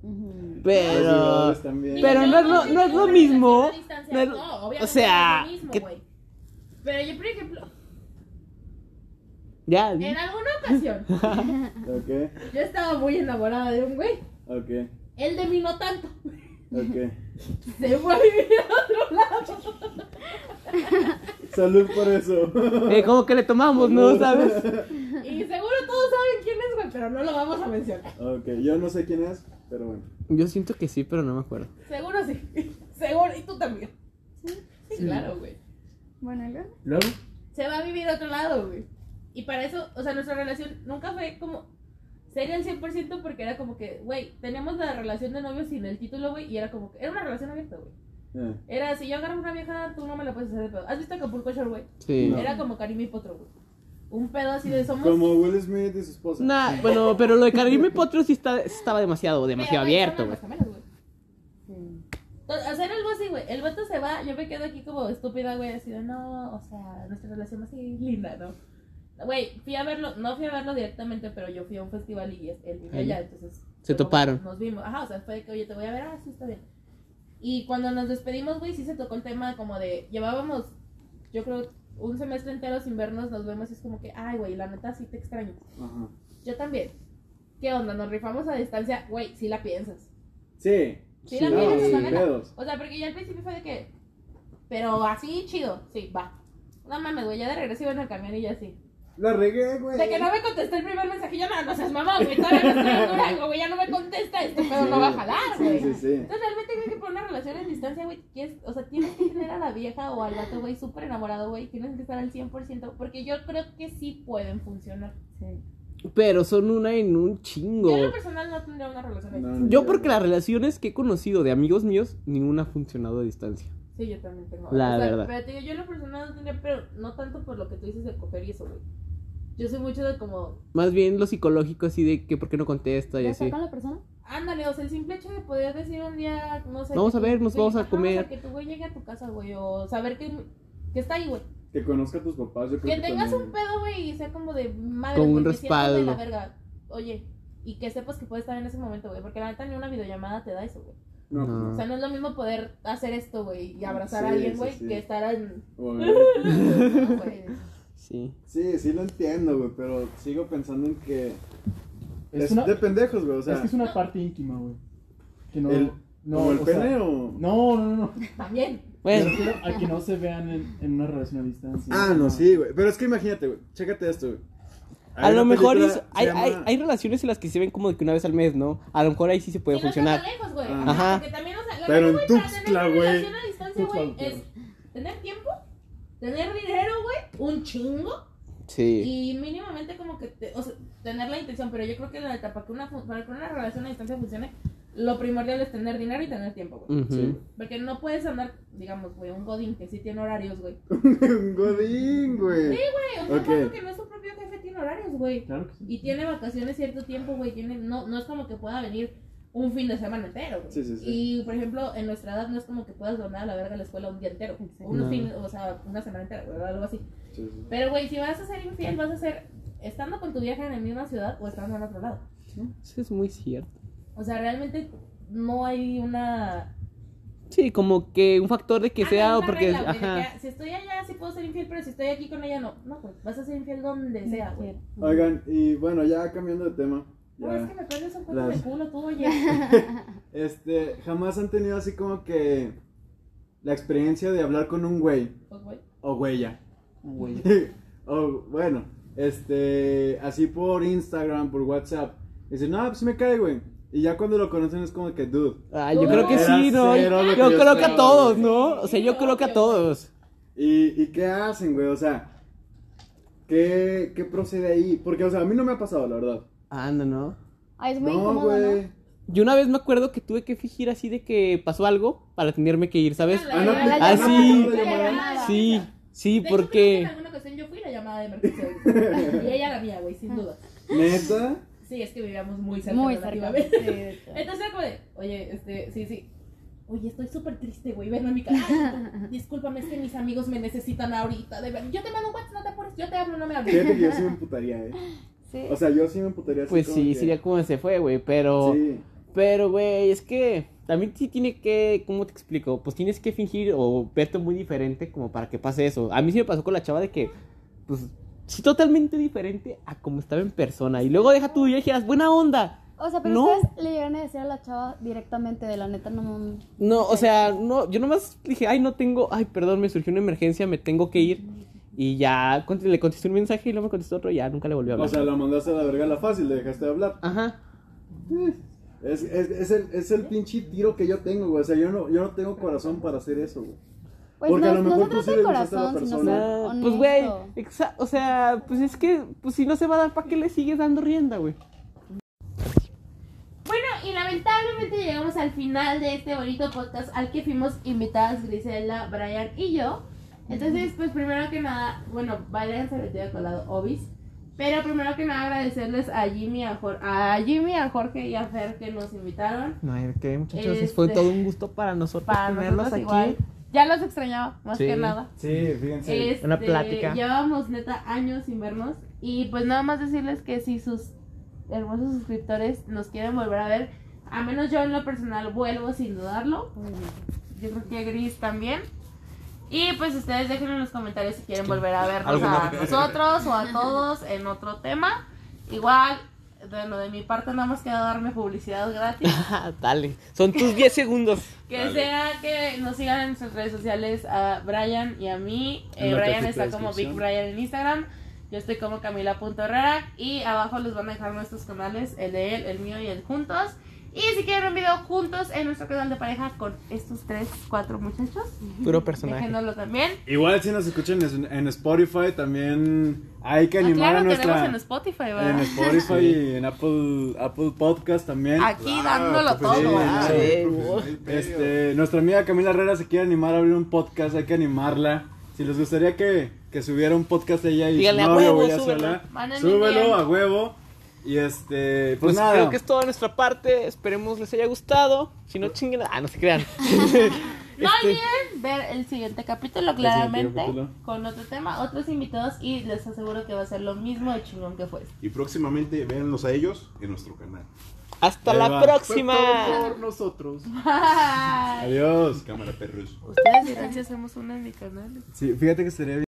Speaker 3: Ujú.
Speaker 1: Pero.
Speaker 2: Los también.
Speaker 1: pero
Speaker 4: Y
Speaker 1: no es
Speaker 4: yo
Speaker 1: lo-
Speaker 4: sé
Speaker 1: no
Speaker 4: que
Speaker 1: es lo
Speaker 4: una
Speaker 1: mismo,
Speaker 4: relación a distancia,
Speaker 1: no es-
Speaker 4: no, obviamente
Speaker 1: o sea,
Speaker 4: no es lo mismo,
Speaker 1: que-
Speaker 4: güey. Pero yo, por ejemplo,
Speaker 1: Ya. di.
Speaker 4: en alguna
Speaker 1: <laughs>
Speaker 4: ocasión,
Speaker 2: Ok,
Speaker 4: yo estaba muy enamorada de un güey.
Speaker 2: ok,
Speaker 4: Él de mí no tanto. <laughs>
Speaker 2: ok.
Speaker 4: Se fue a vivir a otro lado.
Speaker 2: Salud por eso. <laughs>
Speaker 1: Eh, como que le tomamos, ¿no? ¿Sabes?
Speaker 4: Y seguro todos saben quién es, güey, pero no lo vamos a mencionar.
Speaker 2: ok, yo no sé quién es, pero bueno.
Speaker 1: Yo siento que sí, pero no me acuerdo.
Speaker 4: Seguro sí. Seguro, y tú también. Sí, claro, güey.
Speaker 3: Bueno, ¿y luego?
Speaker 5: Luego,
Speaker 4: se va a vivir a otro lado, güey. Y para eso, o sea, nuestra relación nunca fue como seria al 100% porque era como que, güey, tenemos la relación de novios sin el título, güey, y era como que, era una relación abierta, güey.
Speaker 2: Eh,
Speaker 4: Era, si yo agarro una vieja, tú no me la puedes hacer de pedo. ¿Has visto Acapulco Shore, güey?
Speaker 1: Sí.
Speaker 4: Era como Karim y Potro, güey. Un pedo así de somos...
Speaker 2: Como Will Smith y su esposa.
Speaker 1: Nah, bueno, pero lo de Karim y Potro sí está, estaba demasiado, demasiado abierto, güey.
Speaker 4: güey.
Speaker 3: Sí.
Speaker 4: Entonces, O sea, era algo así, güey. El vato se va, yo me quedo aquí como estúpida, güey, así de, no, o sea, nuestra relación así linda, ¿no? Güey, fui a verlo, no fui a verlo directamente, pero yo fui a un festival y es- él vivía
Speaker 1: Ahí.
Speaker 4: allá, entonces.
Speaker 1: Se
Speaker 4: fue como
Speaker 1: toparon.
Speaker 4: que Nos vimos, ajá, o sea, fue de que, oye, te voy a ver, ah, sí, está bien. Y cuando nos despedimos, güey, sí se tocó el tema como de, llevábamos, yo creo, un semestre entero sin vernos, nos vemos y es como que, ay, güey, la neta sí te extraño.
Speaker 2: Ajá.
Speaker 4: Yo también. ¿Qué onda? Nos rifamos a distancia, güey, sí la piensas.
Speaker 2: Sí.
Speaker 4: Sí, la
Speaker 2: no,
Speaker 4: mía es
Speaker 2: sin
Speaker 4: manera.
Speaker 2: pedos.
Speaker 4: O sea, porque ya al principio fue de que. Pero así chido, sí, va. No mames, güey, ya de regreso iba en el camión y yo así.
Speaker 2: La regué, güey.
Speaker 4: De que no me contesté el primer mensaje, ya no, no seas mamá, güey, todavía no estoy en Durango, güey, ya no me contesta, este pedo
Speaker 2: Sí.
Speaker 4: no va a jalar, güey.
Speaker 2: Sí, sí, sí.
Speaker 4: Entonces realmente creo que por una relación a distancia, güey, quieres- o sea, tienes que tener a la vieja o al vato, güey, súper enamorado, güey, tienes que estar al 100%, porque yo creo que sí pueden funcionar.
Speaker 3: Sí.
Speaker 1: Pero son una en un chingo.
Speaker 4: Yo en lo personal no tendría una relación
Speaker 2: No,
Speaker 4: a distancia.
Speaker 2: no,
Speaker 1: Yo
Speaker 2: no.
Speaker 1: porque las relaciones que he conocido de amigos míos, ninguna ha funcionado a distancia.
Speaker 4: Sí, yo también tengo.
Speaker 1: La
Speaker 4: o sea,
Speaker 1: verdad.
Speaker 4: Pero te digo, yo en lo personal no tenía, pero no tanto por lo que tú dices de coger y eso, güey. Yo soy mucho de como,
Speaker 1: Más bien lo psicológico, así de que por qué no contesta y
Speaker 3: ¿Ya está
Speaker 1: así.
Speaker 3: con la persona?
Speaker 4: ándale, o sea, el simple hecho de poder decir un día, no sé.
Speaker 1: Vamos
Speaker 4: que
Speaker 1: a
Speaker 4: tu
Speaker 1: ver, nos
Speaker 4: güey-
Speaker 1: vamos a
Speaker 4: ajá, o sea,
Speaker 1: comer.
Speaker 4: que tu güey llegue a tu casa, güey, o saber que, que está ahí, güey.
Speaker 2: Que conozca a tus papás, yo creo
Speaker 4: Que
Speaker 2: que.
Speaker 4: tengas
Speaker 2: también.
Speaker 4: un pedo, güey, y sea como de madre.
Speaker 1: Como
Speaker 4: güey,
Speaker 1: un
Speaker 4: me siento de la
Speaker 1: respaldo.
Speaker 4: verga. Oye, y que sepas que puedes estar en ese momento, güey, porque la neta ni una videollamada te da eso, güey.
Speaker 2: No, pues
Speaker 1: No.
Speaker 2: no.
Speaker 4: O sea, no es lo mismo poder hacer esto, güey, y abrazar a
Speaker 2: Sí,
Speaker 4: alguien,
Speaker 2: sí,
Speaker 4: güey,
Speaker 2: sí.
Speaker 4: que estar en... <laughs>
Speaker 2: Obviamente.
Speaker 4: no, güey.
Speaker 1: Sí.
Speaker 2: Sí, sí lo entiendo, güey, pero sigo pensando en que. Es,
Speaker 5: Es, una,
Speaker 2: de pendejos, güey, o sea.
Speaker 5: es que es una parte íntima, güey. Que no.
Speaker 2: El-
Speaker 5: no,
Speaker 2: ¿Como el
Speaker 5: o sea,
Speaker 2: pene o.?
Speaker 5: No, no, no. no.
Speaker 4: También.
Speaker 5: Me
Speaker 1: Bueno,
Speaker 5: refiero a que no se vean en, en una relación a distancia.
Speaker 2: Ah, no, sí, güey. Pero es que imagínate, güey. Chécate esto, güey.
Speaker 1: a
Speaker 2: Hay
Speaker 1: lo
Speaker 2: una
Speaker 1: mejor
Speaker 2: película,
Speaker 1: es-
Speaker 2: se
Speaker 1: hay, hay,
Speaker 2: llama-
Speaker 1: hay relaciones en las que se ven como de que una vez al mes, ¿no? A lo mejor ahí sí se puede
Speaker 4: Y
Speaker 1: funcionar.
Speaker 4: No está tan lejos, güey.
Speaker 2: Ah.
Speaker 1: Ajá.
Speaker 4: Porque también, o sea, la
Speaker 2: Pero
Speaker 4: neta,
Speaker 2: en
Speaker 4: güey, para
Speaker 2: Tuxtla,
Speaker 4: tener una
Speaker 2: güey.
Speaker 4: relación a distancia,
Speaker 5: Tuxtla,
Speaker 4: güey, es
Speaker 5: güey.
Speaker 4: tener tiempo, tener dinero, güey, un chingo,
Speaker 1: Sí.
Speaker 4: y mínimamente como que, te- o sea, tener la intención, pero yo creo que en la etapa que una, fu- para que una relación a distancia funcione, lo primordial es tener dinero y tener tiempo, güey.
Speaker 1: Ujú.
Speaker 2: Sí,
Speaker 4: Porque no puedes andar, digamos, güey, un godín que sí tiene horarios, güey.
Speaker 2: <laughs> Un Godín, güey.
Speaker 4: Güey, un
Speaker 2: Ok.
Speaker 4: chamaco que no es su propio jefe tiene horarios, güey.
Speaker 5: Claro que sí.
Speaker 4: Y tiene vacaciones cierto tiempo, güey. Tiene, no, no es como que pueda venir un fin de semana entero, güey.
Speaker 2: Sí, sí, sí.
Speaker 4: Y, por ejemplo, en nuestra edad no es como que puedas dormir a la verga a la escuela un día entero. Unos
Speaker 1: No.
Speaker 4: fines, o sea, una semana entera, güey, algo así.
Speaker 2: Sí, sí.
Speaker 4: Pero, güey, si vas a ser infiel, vas a ser estando con tu vieja en la misma ciudad o estando en otro lado.
Speaker 1: Eso es muy cierto.
Speaker 4: O sea, realmente no hay una...
Speaker 1: Sí, como que un factor de que
Speaker 4: Ah,
Speaker 1: sea
Speaker 4: no,
Speaker 1: o
Speaker 4: una
Speaker 1: porque.
Speaker 4: regla, güey, de
Speaker 1: ajá.
Speaker 4: que, ah, si estoy allá, sí puedo ser infiel, pero si estoy aquí con ella, no. No, güey, vas a ser infiel donde sea, güey.
Speaker 2: Oigan, y bueno, ya cambiando de tema. ya.
Speaker 4: No, Pues es que me prendes un cuento de
Speaker 2: Las-
Speaker 4: culo tú, oye.
Speaker 2: Este, jamás han tenido así como que la experiencia de hablar con un güey
Speaker 4: Pues, güey.
Speaker 2: o güeya.
Speaker 5: Güey.
Speaker 2: o bueno, este, así por Instagram, por WhatsApp. Dicen, no, pues sí me cae, güey. Y ya cuando lo conocen es como que, dude.
Speaker 1: Ah, yo creo que
Speaker 2: Era
Speaker 1: sí, ¿no?
Speaker 2: cero lo
Speaker 1: Yo
Speaker 2: que yo
Speaker 1: creo que a
Speaker 2: esperaba,
Speaker 1: todos,
Speaker 2: güey.
Speaker 1: ¿no? O sea, yo creo que a todos.
Speaker 2: ¿Y, y qué hacen, güey? O sea, ¿qué, ¿qué procede ahí? Porque, o sea, a mí no me ha pasado, la verdad.
Speaker 1: Anda, ¿no?
Speaker 3: Ay, es muy
Speaker 2: No,
Speaker 3: incómodo,
Speaker 2: güey.
Speaker 3: ¿no?
Speaker 1: Yo una vez me acuerdo que tuve que fingir así de que pasó algo para tenerme que ir, ¿sabes?
Speaker 4: Ah,
Speaker 2: Ah, no,
Speaker 4: La
Speaker 2: pues,
Speaker 1: llamada.
Speaker 2: ah, sí.
Speaker 1: La
Speaker 4: llamada.
Speaker 1: Sí, sí,
Speaker 4: De hecho, creo que en
Speaker 1: porque...
Speaker 4: alguna ocasión yo fui la llamada de emergencia. güey. y ella la mía, güey, sin duda.
Speaker 2: Neta.
Speaker 4: Sí, es que vivíamos muy cerca.
Speaker 3: Muy cerca.
Speaker 4: relativamente.
Speaker 3: sí, de hecho.
Speaker 4: <laughs> Entonces era como de, oye, este, sí, sí. Oye, estoy súper triste, güey. Ven a mi casa.
Speaker 3: <laughs>
Speaker 4: Ay, Discúlpame, es que mis amigos me necesitan ahorita. De ver- Yo te mando un WhatsApp, no te apures. Yo te hablo, no me hables.
Speaker 2: Fíjate que yo sí me emputaría, eh.
Speaker 3: Sí.
Speaker 2: O sea, yo sí me emputaría. así
Speaker 1: Pues
Speaker 2: como
Speaker 1: sí,
Speaker 2: que-
Speaker 1: sería como se fue, güey, pero...
Speaker 2: Sí.
Speaker 1: Pero, güey, es que también sí tiene que, ¿cómo te explico? Pues tienes que fingir o verte muy diferente como para que pase eso. A mí sí me pasó con la chava de que, pues, sí totalmente diferente a como estaba en persona. Y luego deja tú y dijeras, buena onda.
Speaker 3: O sea, pero
Speaker 1: No.
Speaker 3: ustedes le llegaron a decir a la chava directamente de la neta, no mames.
Speaker 1: No, o sea, no, yo nomás dije, ay, no tengo, ay, perdón, me surgió una emergencia, me tengo que ir. Y ya cont- le contesté un mensaje y luego me contestó otro y ya nunca le volvió a
Speaker 2: O
Speaker 1: hablar.
Speaker 2: sea, la mandaste a la verga la fácil, le dejaste de hablar.
Speaker 1: Ajá.
Speaker 2: Es, es, es, el, es el pinche tiro que yo tengo, güey. O sea, yo no, yo no tengo corazón para hacer eso, güey.
Speaker 3: Pues
Speaker 2: Porque a
Speaker 3: no,
Speaker 2: lo
Speaker 3: no
Speaker 2: mejor
Speaker 3: se
Speaker 2: tú
Speaker 3: trata
Speaker 2: sí
Speaker 3: de
Speaker 2: le gustaste a la
Speaker 3: corazón, sino
Speaker 2: persona.
Speaker 3: ser
Speaker 1: Ah,
Speaker 3: honesto.
Speaker 1: pues, güey, exa- o sea, pues es que, pues si no se va a dar, ¿para qué le sigues dando rienda, güey?
Speaker 4: Bueno, y lamentablemente llegamos al final de este bonito podcast al que fuimos invitadas Grisela, Brian y yo. Entonces, pues primero que nada, bueno, Brian se metió de colado, obis. Pero primero que nada agradecerles a Jimmy, a, Jor- a Jimmy, a Jorge y a Fer que nos invitaron.
Speaker 1: No, hay que muchachos,
Speaker 4: Este-
Speaker 1: fue todo un gusto para nosotros
Speaker 4: Para
Speaker 1: tenerlos
Speaker 4: nosotros
Speaker 1: aquí.
Speaker 4: igual. Ya los extrañaba, más
Speaker 1: Sí.
Speaker 4: que nada.
Speaker 2: Sí, fíjense.
Speaker 4: Este,
Speaker 1: una plática.
Speaker 4: Llevábamos neta años sin vernos. Y pues nada más decirles que si sus hermosos suscriptores nos quieren volver a ver, a menos yo en lo personal vuelvo sin dudarlo. Yo creo que Gris también. Y pues ustedes dejen en los comentarios si quieren volver a vernos a nosotros o a todos en otro tema. Igual, bueno, de mi parte nada más queda darme publicidad gratis.
Speaker 1: Dale, son tus 10 segundos.
Speaker 4: Que
Speaker 6: Dale.
Speaker 4: sea que nos sigan en nuestras redes sociales a Brian y a mí.
Speaker 2: En
Speaker 4: Eh,
Speaker 2: la
Speaker 4: Brian
Speaker 2: cajita
Speaker 4: está
Speaker 2: de
Speaker 4: como Big
Speaker 2: descripción.
Speaker 4: Brian en Instagram. Yo estoy como Camila.herrera. Y abajo les van a dejar nuestros canales, el de él, el mío y el juntos. Y Y si quieren un video juntos en nuestro canal de pareja con estos tres, cuatro muchachos,
Speaker 1: <laughs> Puro personaje.
Speaker 4: déjenoslo también.
Speaker 2: Igual si nos escuchan en, en Spotify, también hay que
Speaker 4: Ah,
Speaker 2: animar
Speaker 4: claro,
Speaker 2: a nuestra...
Speaker 4: tenemos en Spotify,
Speaker 2: En
Speaker 4: ¿verdad?
Speaker 2: Spotify y en Apple, Apple Podcast también.
Speaker 4: Aquí dándolo todo.
Speaker 2: pues, sí,
Speaker 4: ¿verdad?
Speaker 2: sí.
Speaker 6: Este...
Speaker 2: Este, nuestra amiga Camila Herrera se quiere animar a abrir un podcast, hay que animarla. Si les gustaría que, que subiera un podcast ella y
Speaker 1: Díganle,
Speaker 2: si no,
Speaker 1: "A
Speaker 2: yo
Speaker 1: huevo,
Speaker 2: voy a
Speaker 1: súbelo".
Speaker 2: hacerla,
Speaker 4: Mándenle un
Speaker 2: súbelo
Speaker 4: DM.
Speaker 2: a huevo. Y este, pues,
Speaker 1: Pues
Speaker 2: nada.
Speaker 1: creo que es toda nuestra parte. Esperemos les haya gustado. Si no, chinguen. Ah, no se crean.
Speaker 4: No
Speaker 1: Este-
Speaker 4: olviden ver el siguiente capítulo, claramente, con otro tema, otros invitados y les aseguro que va a ser lo mismo de chingón que fue.
Speaker 6: Y próximamente véanlos a ellos en nuestro canal.
Speaker 1: Hasta
Speaker 2: Ahí
Speaker 1: la
Speaker 2: va.
Speaker 1: próxima.
Speaker 5: Por nosotros.
Speaker 4: Bye.
Speaker 2: Adiós.
Speaker 6: Cámara perros.
Speaker 4: Ustedes dirán si hacemos una en mi canal.
Speaker 2: Sí, fíjate que sería bien.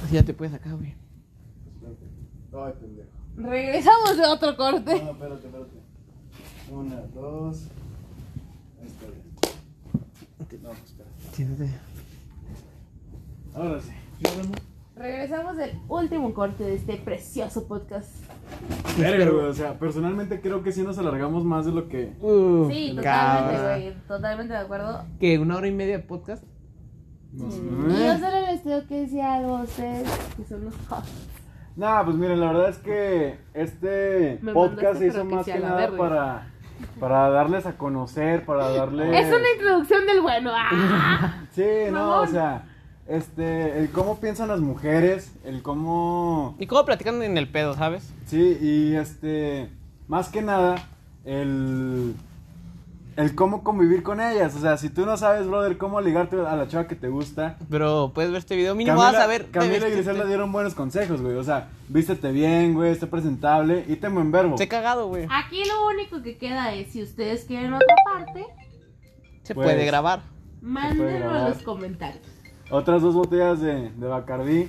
Speaker 1: Pues ya te puedes acá, güey.
Speaker 5: Ay, pendejo.
Speaker 4: Regresamos de otro corte.
Speaker 5: No, espérate, espérate. Una, dos. Ahí está bien. No, pues espera.
Speaker 1: Siéntate.
Speaker 5: Ahora sí. Ciérrame.
Speaker 4: Regresamos del último corte de este precioso podcast.
Speaker 2: Verga, güey, o sea, personalmente creo que sí nos alargamos más de lo que.
Speaker 1: Uh,
Speaker 4: Sí, totalmente,
Speaker 1: cabra.
Speaker 4: güey. Totalmente de acuerdo.
Speaker 1: ¿Qué? ¿Una hora y media de podcast?
Speaker 3: Y yo solo les tengo que decir algo a ustedes.
Speaker 4: Que son los
Speaker 2: Nah, pues miren, la verdad es que este
Speaker 4: Me
Speaker 2: podcast
Speaker 4: mandaste,
Speaker 2: se hizo
Speaker 4: pero que
Speaker 2: más
Speaker 4: sí
Speaker 2: que
Speaker 4: a la
Speaker 2: nada
Speaker 4: verga.
Speaker 2: para, para darles a conocer, para darles.
Speaker 4: Es una introducción del bueno. ¡Ah!
Speaker 2: Sí, no,
Speaker 4: Mamón.
Speaker 2: o sea, este, el cómo piensan las mujeres, el cómo,
Speaker 1: ¿Y cómo platican en el pedo, sabes?
Speaker 2: sí, y este, más que nada, el, el cómo convivir con ellas, o sea, si tú no sabes, brother, cómo ligarte a la chava que te gusta.
Speaker 1: Pero puedes ver este video. Mínimo vas a ver. de
Speaker 2: Camila y
Speaker 1: vestirte.
Speaker 2: Griselda dieron buenos consejos, güey, o sea, vístete bien, güey, esté presentable y te buen verbo.
Speaker 1: Se ha cagado, güey.
Speaker 2: "Ah,
Speaker 4: Aquí lo único que queda es, si ustedes quieren otra parte,
Speaker 1: Se
Speaker 2: Pues-
Speaker 1: puede
Speaker 2: <laughs>
Speaker 1: grabar.
Speaker 4: mándenlo en
Speaker 2: grabar.
Speaker 4: los comentarios.
Speaker 2: Otras dos botellas de, de Bacardí,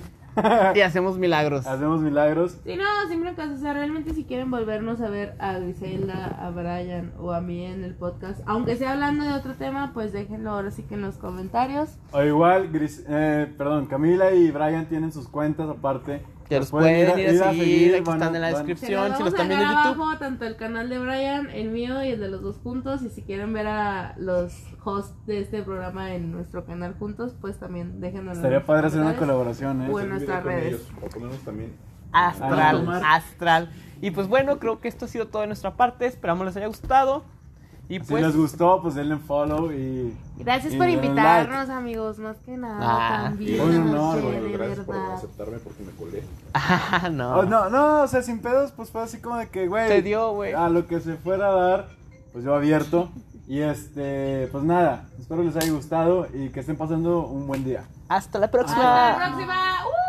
Speaker 1: Y hacemos milagros.
Speaker 2: hacemos milagros.
Speaker 4: Si no, siempre caso, o sea, realmente si quieren volvernos a ver a Griselda, a Brian o a mí en el podcast, aunque sea hablando de otro tema, pues déjenlo ahora sí que en los comentarios.
Speaker 2: O igual, Gris- eh, perdón, Camila y Brian tienen sus cuentas aparte.
Speaker 1: Ya
Speaker 2: Las
Speaker 1: los pueden ir a seguir. Aquí
Speaker 2: van a-
Speaker 1: están en la
Speaker 2: van-
Speaker 4: Se
Speaker 1: descripción.
Speaker 4: las
Speaker 1: Si
Speaker 4: vamos
Speaker 1: lo están
Speaker 4: a
Speaker 1: viendo en
Speaker 4: dejar
Speaker 1: YouTube.
Speaker 4: abajo, tanto el canal de Brian, el mío y el de los dos juntos, y si quieren ver a los hosts de este programa en nuestro canal juntos, pues también déjenlo en
Speaker 2: Estaría
Speaker 4: los
Speaker 2: padre hacer una
Speaker 4: comentarios.
Speaker 2: colaboración, ¿eh?
Speaker 4: Bueno.
Speaker 6: Hacer un
Speaker 4: nuestras
Speaker 6: video con
Speaker 4: redes.
Speaker 6: ellos, O ponernos también.
Speaker 2: Ah,
Speaker 1: Astral,
Speaker 5: tomar.
Speaker 1: astral. Y pues bueno, creo que esto ha sido todo de nuestra parte. Esperamos les haya gustado. Y <laughs>
Speaker 2: Si
Speaker 1: pues.
Speaker 2: les gustó, pues denle follow y...
Speaker 4: Gracias
Speaker 2: y
Speaker 4: por
Speaker 2: denle
Speaker 4: invitarnos, amigos, más que nada.
Speaker 1: Ah,
Speaker 4: también,
Speaker 2: un honor,
Speaker 4: oye,
Speaker 2: güey,
Speaker 4: de
Speaker 6: gracias por
Speaker 4: verdad.
Speaker 6: aceptarme porque me colé.
Speaker 1: Ah, no.
Speaker 2: Oh, no, no, o sea, sin pedos, pues fue así como de que, güey...
Speaker 1: Se dio, güey.
Speaker 2: A lo que se fuera a dar, pues yo abierto. Y este, pues nada, espero les haya gustado y que estén pasando un buen día.
Speaker 1: Hasta la
Speaker 4: Hasta
Speaker 1: próxima.
Speaker 4: la próxima. ¡Uh!